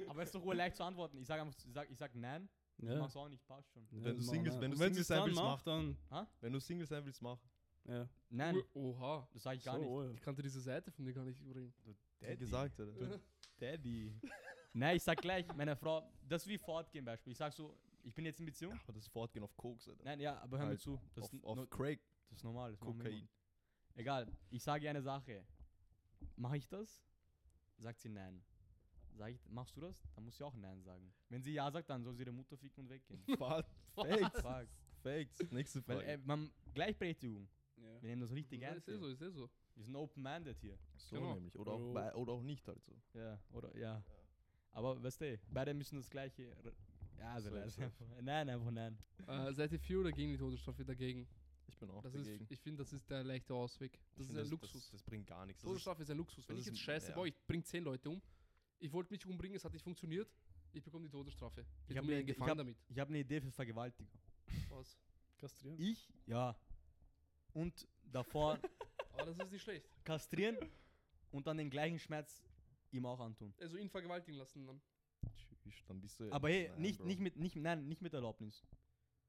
Aber es ist doch wohl leicht zu antworten. Ich sag einfach, ich sag, ich sag nein. Ich
ja.
mach's auch nicht, passt schon.
Wenn du Singles- wenn du Singles sein
sein
willst, mach.
macht, dann.
wenn du Single sein willst, mach.
Ja.
Nein,
Ui, Oha.
das sag ich gar
so,
nicht.
oh, ja.
Ich kannte diese Seite von dir gar nicht übrigens.
Wie gesagt, Alter.
Daddy. Nein, ich sag gleich, meiner Frau, das ist wie fortgehen Beispiel. Ich sag so, ich bin jetzt in Beziehung.
Aber das Fortgehen auf Koks, Alter.
Nein, ja, aber hör mir
Halt,
zu. Das,
auf,
ist n-
auf
no,
Craig,
das ist normal. Das machen wir
Kokain.
immer. Egal, ich sage ihr eine Sache. Mache ich das? Sagt sie nein. Sag ich, machst du das? Dann muss sie auch nein sagen. Wenn sie ja sagt, dann soll sie ihre Mutter ficken und weggehen.
Fa- Facts,
Fuck.
Facts. Nächste
Weil, ähm,
Frage.
äh, man, Gleichberechtigung.
Ja. ja.
Wir nehmen das richtig
Ja,
ernst.
ist eh so,
hier.
ist eh so.
Wir sind open-minded hier.
So
Genau.
nämlich. Oder auch,
Bro.
bei, oder auch nicht halt so.
Ja, oder ja. Aber weißt du, beide müssen das gleiche. r- Ja, also
Safe,
nein,
safe.
einfach- nein, einfach nein.
äh, seid ihr für oder gegen die Todesstrafe? Dagegen.
Ich bin auch
Das ist,
dagegen.
ich finde, das ist der leichte Ausweg.
Ich
Das
find,
ist ein Luxus.
Das, das bringt gar nichts. Das ist,
Todesstrafe ist ein Luxus. Wenn
das
ich
ist
jetzt
ein-
scheiße,
ja.
boah, ich bring zehn Leute um, ich wollte mich umbringen, es hat nicht funktioniert, ich bekomme die Todesstrafe.
Ich
Ich
hab
habe mir
ne-
einen
ich
Gefallen
hab-
damit.
Ich habe eine Idee für Vergewaltigung.
Was?
Kastrieren?
Ich? Ja. Und davor
Aber das ist nicht schlecht.
kastrieren und dann den gleichen Schmerz ihm auch antun.
Also ihn vergewaltigen lassen dann.
Tschüss, dann bist du.
Aber hey,
Nein,
nicht,
Bro.
nicht mit, nicht, nein, nicht mit Erlaubnis.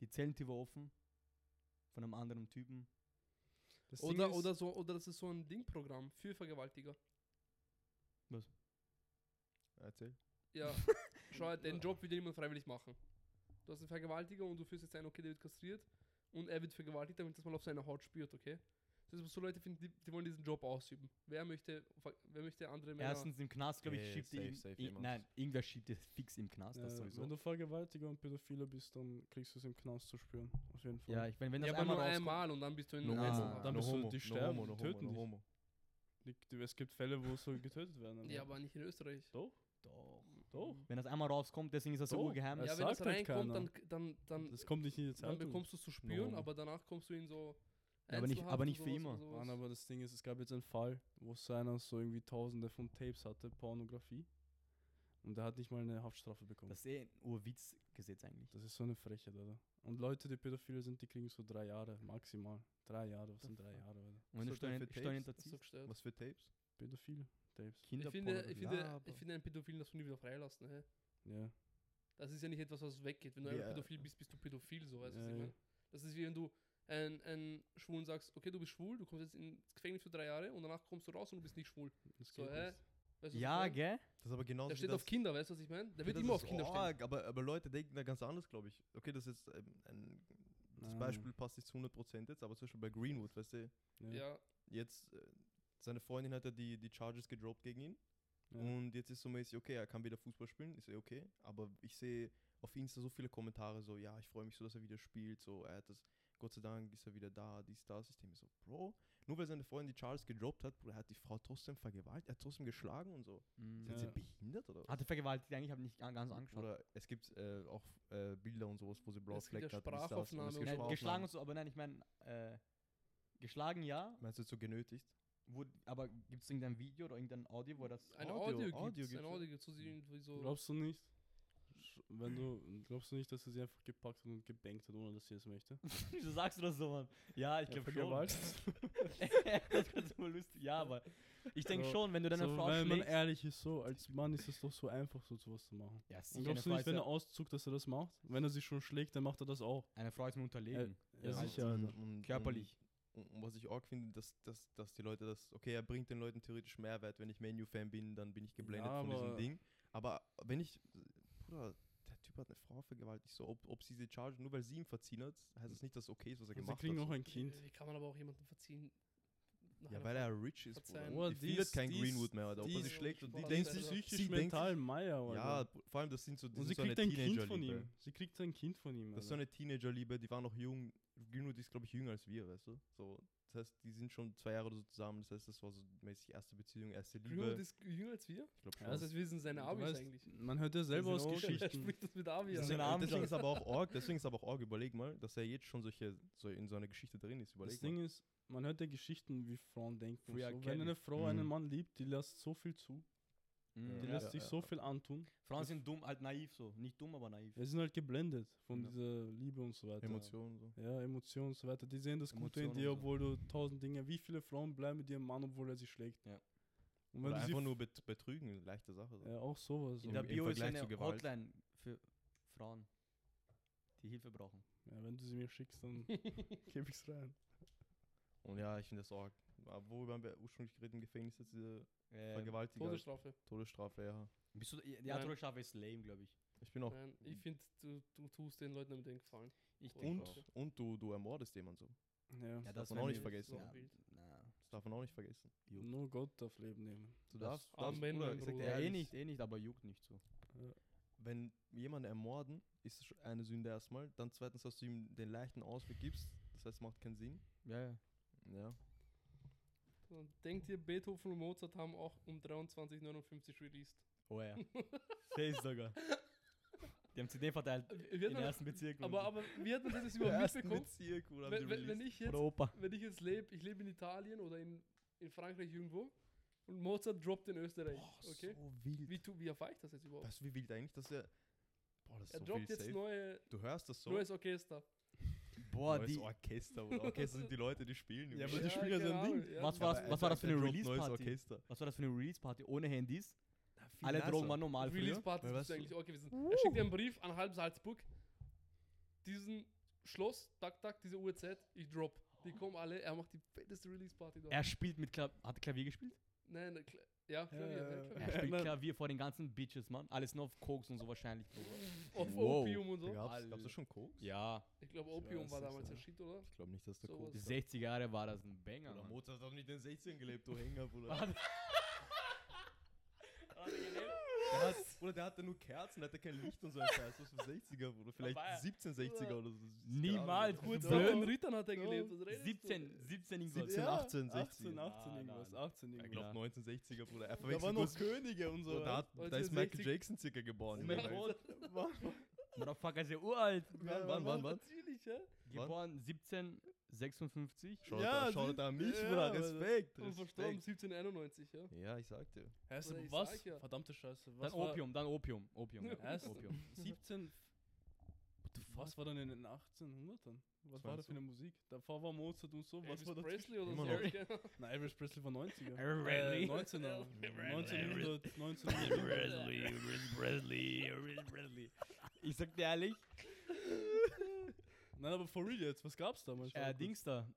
Die Zellentür war offen. Von einem anderen Typen.
Das Ding
Oder,
ist-
oder, so, oder das ist so ein Ding-Programm für Vergewaltiger.
Erzähl.
Ja, schau, halt, den Job will dir niemand freiwillig machen. Du hast einen Vergewaltiger und du führst jetzt ein, okay, der wird kastriert und er wird vergewaltigt, damit das mal auf seiner Haut spürt, okay? Das ist so Leute finden, die, die wollen diesen Job ausüben. Wer möchte, ver- wer möchte andere Männer?
Erstens im Knast, glaube ich,
Ja, ja,
schiebt
safe,
ihn.
safe,
i-
jemand.
nein, irgendwer schiebt dir fix im Knast, das
Ja,
sowieso.
äh, wenn du Vergewaltiger und Pädophile bist, dann kriegst du es im Knast zu spüren. Auf jeden Fall.
ja, ich, wenn, wenn das
ja, aber
einmal
nur
rauskommt.
einmal und dann bist du in
No
der
homo,
Einzelhaft.
dann
No
bist du-
homo,
die
no
sterben,
homo, no
die
homo,
töten
no
dich.
homo.
Die, die, es gibt Fälle, wo so getötet werden.
Ja, aber nicht in Österreich. Mhm.
Doch,
Doch.
doch.
Wenn das einmal rauskommt, deswegen ist das so
Doch.
geheim.
Das
ja, wenn das
sagt halt
reinkommt, dann,
keiner.
dann, dann,
Das kommt nicht in die
dann
Zeitung.
bekommst du es zu spüren,
homo.
aber danach kommst du in so.
Ja, aber nicht-
Einzelhaft
aber
und
nicht für
sowas
immer.
und sowas.
Mann, aber das Ding ist, es gab jetzt einen Fall, wo so einer so irgendwie tausende von Tapes hatte, Pornografie. Und der hat nicht mal eine Haftstrafe bekommen.
Das
Das,
ist eh ein Urwitzgesetz eigentlich.
ist so eine Frechheit, oder? Und Leute, die Pädophile sind, die kriegen so drei Jahre maximal. Drei Jahre, was
The
sind drei
fuck?
Jahre, oder?
Und wenn du
Was soll denn
Steuern,
für
Steuern
Tapes?
Das ist so
hinterziehst,
gestört.
Was für Tapes?
Pädophile Tapes.
Ich finde,
Kinderpornografie.
ich finde,
Laber.
ich finde einen Pädophilen darfst du nie wieder freilassen. Hä?
Ja.
Das ist ja nicht etwas, was weggeht. Wenn du
Ja.
einmal pädophil bist, bist du pädophil, so weißt du, was
Ja,
ich
ja.
meine? Das ist wie wenn du einen, einen Schwulen sagst, okay, du bist schwul, du kommst jetzt ins Gefängnis für drei Jahre und danach kommst du raus und du bist nicht schwul.
Das
So,
geht
hä?
nicht.
Weißt du, was
ja, genau,
ich mein?
gell?
Das ist aber genauso.
Der
wie
steht
also das-
auf Kinder, weißt du, was ich meine? Der
Ja,
wird
das
immer
ist
auf Kinder stehen.
arg, Aber, aber Leute denken da ganz anders, glaube ich. Okay, das ist ähm, ein, das
Nein.
Beispiel passt nicht zu 100% jetzt, aber zum Beispiel bei Greenwood, weißt du,
Ja.
Ja,
jetzt äh, seine Freundin hat ja die, die Charges gedroppt gegen ihn.
Ja.
Und jetzt ist so mäßig, okay, er kann wieder Fußball spielen, ist ja okay. Aber ich sehe auf Insta so viele Kommentare, so, ja, ich freue mich so, dass er wieder spielt, so, er hat das, Gott sei Dank ist er wieder da, dies, das. Ich denke mir so, Bro, nur weil seine Freundin die Charles gedroppt hat, Bruder, er hat die Frau trotzdem vergewaltigt, er hat trotzdem geschlagen und so.
Mhm.
Sind
Ja.
sie behindert oder was?
Hatte vergewaltigt eigentlich, habe nicht ga- ganz angeschaut.
Oder es gibt äh, auch äh, Bilder und sowas, wo sie Blau
Es gibt ja
Fleck hat. und dies, das und
Sprachaufnahmen
es gibt
und
nein,
Sprachaufnahmen.
geschlagen und so, aber nein, ich meine, äh, geschlagen ja,
Meinst du jetzt so genötigt?
wurde, aber gibt es irgendein Video oder irgendein Audio, wo das.
ein
Audio-
Audio,
Audio
gibt's,
gibt's
ein
ja.
Audio gibt's, wo sie irgendwie so.
Glaubst du nicht? Sch- Wenn du, glaubst du nicht, dass er sie einfach gepackt hat und gebankt hat, ohne dass sie es möchte?
Wieso sagst du das so, Mann? Ja, ich glaube
Ja,
schon.
vergewaltigt.
das ist ganz mal lustig. Ja, aber ich denke
So-
schon, wenn du deine
so,
Frau
wenn man
schlägst.
ehrlich ist, so als Mann ist es doch so einfach, so sowas zu machen.
ja,
Und
sicher, eine
glaubst du
Frau,
nicht,
ist
wenn er
ja,
auszog, dass er das macht? Wenn er sich schon schlägt, dann macht er Äh, das auch.
eine Frau ist mir unterlegen.
Ja,
Ja,
sicher,
und-
Alter.
und-
Körperlich.
Und, und was ich arg finde, dass, dass, dass die Leute das, okay, er bringt den Leuten theoretisch Mehrwert, wenn ich Menu-Fan bin, dann bin ich geblendet
Ja,
von diesem
aber-
Ding. Aber wenn ich, Bruder, der Typ hat eine Frau vergewaltigt, so, ob, ob sie sie chargen, nur weil sie ihm verziehen hat, heißt das nicht, dass okay ist, was er
Und Also sie
gemacht
kriegen
hat.
auch
so.
ein Kind.
Wie Äh, kann man aber auch jemanden verziehen? nach
Ja,
einer
weil er rich ist,
Verzeihen.
Bruder.
Oh,
Die findet
dies-
kein
dies-
Greenwood mehr, Alter. Ob er
dies-
sich schlägt und die
Boah,
Die
denkt
ist
Alter.
sich,
psychisch
sie denkt
mental
sich,
Meier,
ja,
Alter.
vor allem das sind so, das
Und sie
ist so eine
kriegt ein Kind von
Teenager-Liebe.
ihm. Sie kriegt ein Kind von ihm.
Das ist so
Alter.
eine Teenagerliebe, die war noch jung. Greenwood ist, glaube ich, jünger als wir, weißt du? So, das heißt, die sind schon zwei Jahre oder so zusammen. Das heißt, das war so mäßig erste Beziehung, erste
Vergewaltigung. Greenwood
Liebe.
ist jünger als wir?
Ich glaube schon.
Ja,
Das heißt, wir sind seine
Du
Abis
weißt,
eigentlich.
Man hört ja selber
sind
aus
auch-
Er
Geschichten.
spricht das mit Abi
Das
an.
sind
deswegen,
Abend-
deswegen ist aber auch Org, deswegen ist aber auch Org, überleg mal, dass er jetzt schon solche, so in so einer Geschichte drin ist, überleg
Das
mal.
Ding ist, man hört ja Geschichten, wie Frauen denken. und
Free R.
So.
Kelly.
Wenn eine Frau einen
Mhm.
Mann liebt, die lässt so viel zu,
Mhm,
die
Ja,
lässt
ja,
sich
ja,
so
ja.
viel antun.
Frauen sind dumm, halt naiv so. Nicht dumm, aber naiv.
Wir sind halt geblendet von
Ja.
dieser Liebe und so weiter.
Emotionen so.
Ja, Emotionen und so weiter. Die sehen das Gute in
Emotionen
dir,
und so.
obwohl du tausend Dinge. Wie viele Frauen bleiben mit ihrem Mann, obwohl er sie schlägt?
Ja.
Und wenn
Oder
du sie
einfach nur bet betrügen, eine leichte Sache. So.
Ja, auch sowas.
In
Im-
der
im
Bio ist
Vergleich
eine
zu Gewalt.
Hotline für Frauen, die Hilfe brauchen.
Ja, wenn du sie mir schickst, dann gebe ich's rein.
Und ja, ich finde das Org. Aber Worüber haben wir ursprünglich geredet im Gefängnis? Jetzt diese
Ähm,
Vergewaltigung,
Todesstrafe.
Todesstrafe, ja.
bist du, ja,
Nein.
Todesstrafe ist lame, glaube ich.
Ich bin auch.
Nein, ich finde, du, du tust den Leuten damit den Gefallen.
Ich denk
Und,
auch.
und du, du ermordest jemanden so.
Ja.
Ja,
darf
das
man
wär
auch
mir-
nicht vergessen.
Ja,
Wild.
na.
Das darf man auch nicht vergessen.
Nur Gott darf Leben nehmen.
Du
Das-
darfst, darfst
Amen,
Bruder,
mein
ich sag dir
Bruder.
Ja, eh
ehrlich,
nicht, eh nicht, aber juckt nicht so.
wenn jemanden ermorden, ist es schon eine Sünde erstmal. Dann zweitens, dass du ihm den leichten Ausweg gibst. Das heißt, macht keinen Sinn.
Ja, ja.
Ja.
Dann denkt ihr, Beethoven und Mozart haben auch um 23,59 released.
Oh ja. Safe sogar. Die haben CD verteilt
Wie hat
in den
Äh, man das-
ersten Bezirk.
Aber, aber wie hat man das jetzt überhaupt
Ersten
mitbekommen?
Bezirk, Bruder, haben
Wenn,
sie
wenn, wenn
released.
ich jetzt
Oder Opa.
wenn ich jetzt lebe, ich lebe in Italien oder in, in Frankreich irgendwo und Mozart droppt in Österreich. okay?
so wild.
Wie, tu, wie erfahre ich das jetzt überhaupt?
Weißt du, wie wild eigentlich, dass er. Boah, das ist
er
so viel
droppt jetzt
safe.
neue,
Du hörst das so.
neues Orchester.
Boah,
neues
die.
Orchester, Bruder. Orchester sind die Leute, die spielen.
Ja,
Junge.
aber die spielen ja so ein
keine
Ding.
Ahnung, Ja.
Was war das,
Aber
was war
er
das für eine
droppt Neues
Release-Party?
Orchester.
genau, Was war das für eine Release-Party ohne Handys?
Viel
Alle
nicer.
Drogen waren normal früher.
Release Partys
Weil
bist
weißt
du
du-
eigentlich auch gewesen. Er schickt dir einen Brief an halb Salzburg. Diesen Schloss, tak, tak, diese UZ, ich drop. Die kommen alle, er macht die fetteste Release Party dort.
Er spielt mit Klavier. Hat er Klavier gespielt?
Nein, nein, Kla- ja, Klavier, ja,
Äh,
Klavier.
Er spielt
Nein.
Klavier vor den ganzen Bitches, Mann. Alles nur auf Koks und so wahrscheinlich.
Auf
Wow.
Opium und so.
Gab's, gab's das schon Koks?
Ja,
Ich glaube,
Ich
Opium
weiß
war
nicht,
damals der
ja.
Shit, oder?
Ich glaube nicht, dass der
Sowas.
Koks.
die 60er Jahre war das ein Banger.
Oder
Mann.
Mozart hat nicht in den 16 gelebt, du Hänger, Bruder.
Warte.
Der hat, oder der hatte nur Kerzen, der hatte kein Licht und so ein Scheiß. Was für 60er, Bruder. Vielleicht
Aber-
1760er oder so.
Niemals,
Keine Ahnung.
Kurz
Blöd.
nach den Rittern hat er
Ja.
gelebt. was redest du?
17, 17 irgendwas.
17, 18, 60.
18, 18
Ah,
irgendwas.
nein.
18
Ich
irgendwas.
glaube 1960er, Bruder. Er
Da
verwechselt
waren
nur
noch Könige und so.
so, da,
ja.
hat, da ist
1960.
Michael Jackson circa geboren.
Mein
Junge.
Gott.
Wa-
Motherfucker ist ja uralt.
Wann, wann, wann, wann?
Natürlich, ja.
Geboren 1756.
Schaut
Ja,
da, schaut
siehst-
da an mich,
ja,
Bruder.
aber-
Respekt.
Und verstorben
Respekt.
1791, ja.
Ja, ich sag dir.
Heißt
Oder
aber
ich
was?
sag ja.
Verdammte Scheiße.
Dann
Was war
Opium, dann Opium. Opium, ja.
Erst-
Opium.
17. Was war dann in den 1800ern? Was war da für eine Musik? Davor war Mozart und so. Was
Elvis
war da?
Presley oder
Immer
so.
noch.
keine Ahnung.
Nein, Elvis Presley war 90er.
Really?
Äh, 19er. 1900, 1900.
Bradley, Bradley, Bradley. Ich sag dir ehrlich,
Nein, aber for real jetzt, was gab's damals?
äh, Dings da.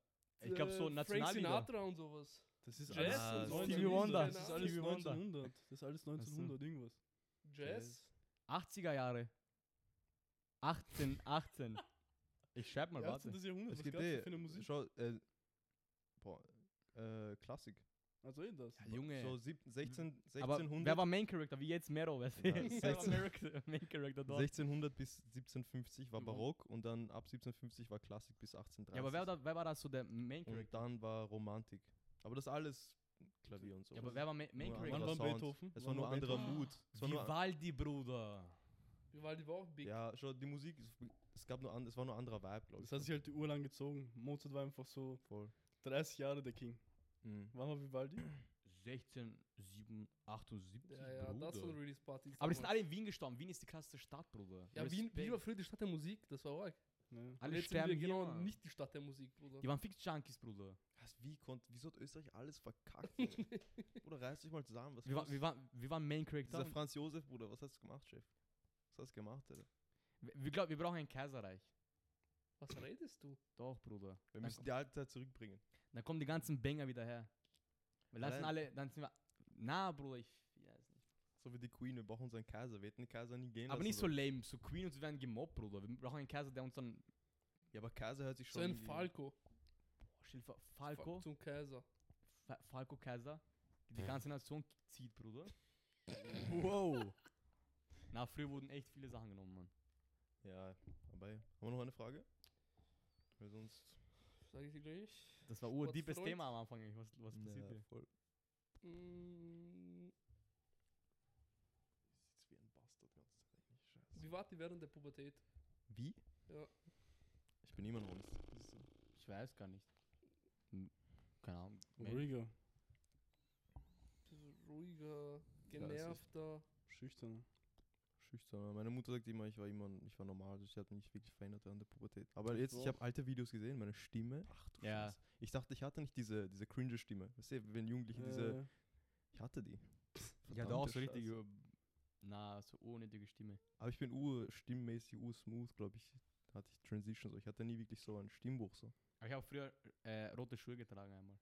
Ich
Äh,
glaube so
Frank
Nationallieder.
Sinatra und sowas.
Ah, Das ist
Jazz
alles
und so.
1900.
Stevie Wonder.
Das ist alles
Stevie Wonder.
1900. Das ist alles 1900 irgendwas.
Jazz.
80er Jahre. 18, 18. Ich schreib mal, warte.
18. Jahrhundert,
Es
was
gibt
gab's da
eh.
für eine Musik?
Schau, äh, boah, äh, Klassik.
Also eh das.
Ah, Junge.
So sieb- 16,
aber
1600.
wer war Main Character? Wie jetzt Mero, weißt du?
Ja,
Wer war
16.
Main Character- Main Character dort?
1600 bis 1750 war
Mhm.
Barock und dann ab 1750 war Klassik bis 1830.
Ja, aber wer, da, wer war da so der Main
Hm.
und
Character?
dann war Romantik. Aber das alles Klavier und so.
Ja, aber wer war Ma Main
Nur
Character?
anderer
Wann war
Sound.
Beethoven?
Es war
Wann
nur
war
anderer
Beethoven?
Mut. Es war nur an-
Vivaldi, Bruder.
Vivaldi war auch big.
ja, schon die Musik, es- es gab nur an, es war nur anderer Vibe, glaube ich.
Das hat sich halt die Uhr lang gezogen. Mozart war einfach so
voll.
30 Jahre der King.
Hm.
Mhm.
Wann war Vivaldi?
16, 7, 78,
Ja, ja,
Bruder.
das waren Release Partys.
aber die sind
damals.
alle in Wien gestorben. Wien ist die krasseste Stadt, Bruder.
Ja, Wien, Wien
Respekt.
war früher die Stadt der Musik, das war arg.
Ja.
Und jetzt
Alle
sind wir
sterben hier,
genau
Mann.
nicht die Stadt der Musik, Bruder.
Die waren fix Junkies, Bruder.
Was, wie konnt, wieso hat Österreich alles verkackt? Junge? Bruder, reiß dich mal zusammen. Was
Wir, war,
los?
wir, waren, wir waren Main Character.
Dieser
und-
Franz Josef, Bruder, was hast du gemacht, Chef? Was hast du gemacht, Alter?
Wir, wir glauben, wir brauchen ein Kaiserreich.
Was redest du?
Doch, Bruder.
Wir
Na-
müssen die alte Zeit zurückbringen.
Dann kommen die ganzen Banger wieder her. Wir lassen
Nein.
alle, dann sind wir. Na, Bruder, ich. Ja, ist nicht.
So wie die Queen, wir brauchen unseren Kaiser. Wir hätten den Kaiser nie gehen
Aber
lassen
nicht so
sollen.
lame, so Queen und wir werden gemobbt, Bruder. Wir brauchen einen Kaiser, der uns dann.
Ja, aber Kaiser hört sich
So
schon.
ein
irgendwie-
Falco.
Boah, Oh, stell dir vor,
Fa-
Falco,
Zum Kaiser.
Fa Falco Kaiser, die die ganze Nation zieht, Bruder. wow! Na, früher wurden echt viele Sachen genommen, Mann.
Ja, aber haben wir noch eine Frage? Weil sonst.
Sag ich dir gleich.
Das war urdeepes
Sportfreund.
Thema am Anfang. eigentlich. Was, was passiert
Ja,
hier?
voll.
Mm,
Sitzt wie ein Bastard ganz recht. Scheiße.
Wie war die während der Pubertät?
Wie?
Ja.
Ich bin immer noch nicht.
Ich weiß gar nicht. Hm, Keine Ahnung.
Ruhiger,
Bisschen Ruhiger,
Ja, das ist-
genervter.
schüchterner.
Schüchtern. Meine Mutter sagt immer, ich war immer, ich war normal, also ich habe mich nicht wirklich verändert während der Pubertät. Aber
Ich
jetzt, ich
auch.
habe alte Videos gesehen, meine Stimme. Ach du
Ja.
Scheiße. Ich dachte, ich hatte nicht diese, diese cringe Stimme. Weißt du, wenn Jugendliche diese.
Äh,
Ich hatte die.
Ja, doch,
Verdammte
so richtig.
Scheiße.
äh, Na, so unnötige Stimme.
Aber ich bin urstimmmäßig, ursmooth, glaube ich. Hatte ich Transition so. Ich hatte nie wirklich so einen Stimmbruch so.
Aber ich habe früher äh, rote Schuhe getragen einmal.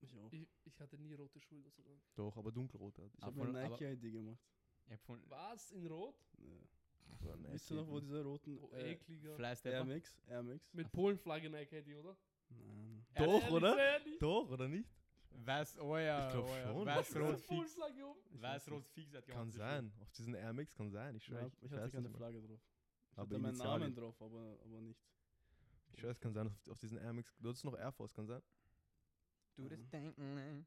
ich auch.
Ich, ich hatte nie rote Schuhe, Gott sei Dank.
Doch, aber dunkelrot hatte
Ich
ich.
Ah,
habe
voll,
eine
aber-
Nike-ID gemacht.
Ich habe von
Was? In Rot?
Ja.
War ein
Wisst ihr noch, wo
Erlebnis.
diese roten
Oh,
äh,
ekliger.
Fleiß der
Air Max? Air Max?
Mit Polenflagge Nike hätte ich, oder?
Nein.
Doch,
Ehrlich,
oder?
ehrlich?
Doch, oder nicht?
Weiß, oh ja,
Ich glaub
oh ja.
schon.
Weiß,
Diese
rot, fix.
Polenflagge um.
Ich
Weiß,
weiß
rot, fix. hat
Kann
gehabt, sicher.
sein. Auf diesen Air Max kann sein. Ich
nicht.
schwöre.
Ja, ich hatte keine Flagge drauf. Ich
Aber
hatte meinen
Initialien.
Namen drauf, aber, aber nicht.
Ich schwöre, es kann sein. Auf, auf diesen Air Max. Du hattest noch Air Force, kann sein.
du das
Mhm.
denken? ne?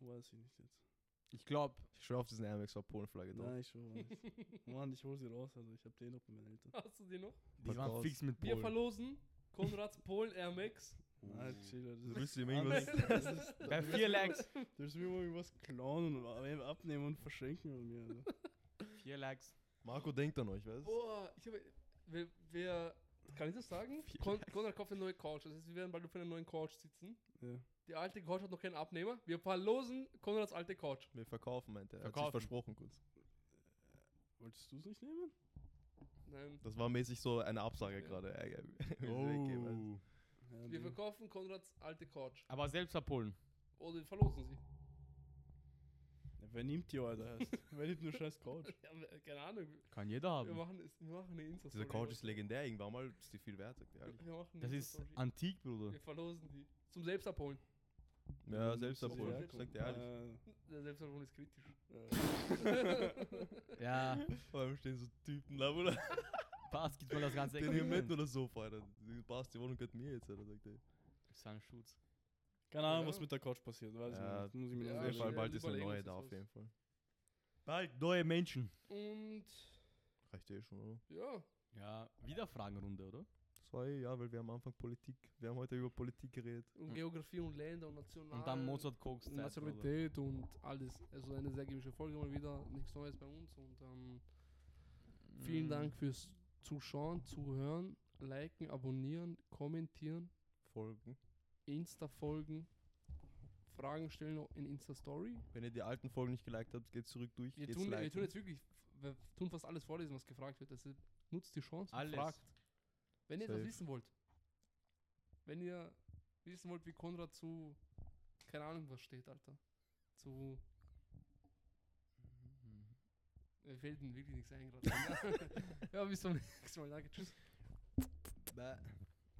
Weiß ich nicht jetzt.
Ich glaube,
Ich schwör auf diesen Airmax war Polenflagge drauf.
Nein, ich schwöre nicht. Mann, ich hol sie raus, also ich hab den noch bei meinen Eltern.
Hast du die noch?
die waren
Podcast.
fix mit
Wir
Polen.
verlosen Konrads Polen Air Max.
Nein, chill, das
Oh. Du
ist-
willst ihm
Nein,
irgendwas.
das ist-
das ist-
Bei Äh, vier Likes.
Du willst mir mal irgendwas klauen und ab- abnehmen und verschenken von mir. Also.
Vier Likes.
Marco denkt an euch, weißt du?
Boah, ich habe. Wer, wer. Kann ich das sagen? Kon Konrad kauft eine neue Couch. Das heißt, wir werden bald auf einer neuen Couch sitzen.
Ja.
Die alte Couch hat noch keinen Abnehmer. Wir verlosen Konrads alte Couch.
Wir verkaufen, meinte er.
Verkaufen.
Hat sich versprochen kurz.
Wolltest du es nicht nehmen?
Nein.
Das war mäßig so eine Absage
Ja.
gerade. Er- er- er- weggehen, weißt du.
Oh.
Ja,
Wir
nee.
verkaufen Konrads alte Couch.
Aber selbst nach Polen.
Oder wir verlosen sie.
Ja, wer nimmt die, Alter? Heißt? wer nimmt nur scheiß Couch?
Ja, wir- keine Ahnung.
Kann jeder
Wir
haben.
machen, es, wir machen eine insta
Diese Couch ist legendär, irgendwann mal ist die viel wert, sagt er.
Wir machen
Das
eine
ist
Insta-Story.
antik, Bruder.
Wir verlosen die. Zum Selbstabholen.
Ja, selbst
abholen,
obwohl,
Werkung.
sagt er ehrlich.
Der Selbstabholen ist kritisch.
Ja,
Vor allem stehen so Typen da, oder?
Bas, gib mal das ganze
Den hier mit
Equipment.
oder so, Alter. Du passt die Wohnung gehört mir jetzt, Alter, sagt er.
Sein Schutz.
Keine Ahnung,
Ja.
was mit der Couch passiert. Weiß
Ja,
ich nicht. Muss ich mir
Ja,
auf
noch
jeden Fall,
schnell
überlegen.
bald ist eine
überlegen
neue
uns
da,
das
auf
was.
jeden Fall.
Bald neue Menschen.
Und
Reicht eh schon, oder?
ja,
Ja, wieder Fragenrunde, oder?
Das war eh, ja, weil wir am Anfang Politik, wir haben heute über Politik geredet.
und
Mhm.
Geografie und Länder und National.
Und dann Mozart Koks.
und Nationalität und alles. Also eine sehr gemischte Folge mal wieder. Nichts Neues bei uns. Und ähm,
Mhm. Mm.
vielen Dank fürs Zuschauen, Zuhören, Liken, Abonnieren, Kommentieren,
Folgen.
Insta folgen, Fragen stellen in Insta Story.
Wenn ihr die alten Folgen nicht geliked habt, geht zurück durch.
Wir
geht's
tun, wir
liken.
tun jetzt wirklich, wir tun fast alles vorlesen, was gefragt wird. Also nutzt die Chance und
Alles.
fragt. Wenn ihr etwas
Safe.
wissen wollt. Wenn ihr wissen wollt, wie Konrad zu, keine Ahnung was steht, Alter. Zu, mir fällt denn wirklich nichts ein gerade. ja, bis zum nächsten Mal. Danke, tschüss.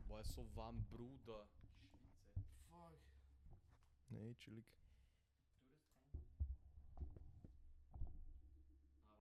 Boah, ist so warm, Bruder.
Nee, chillig.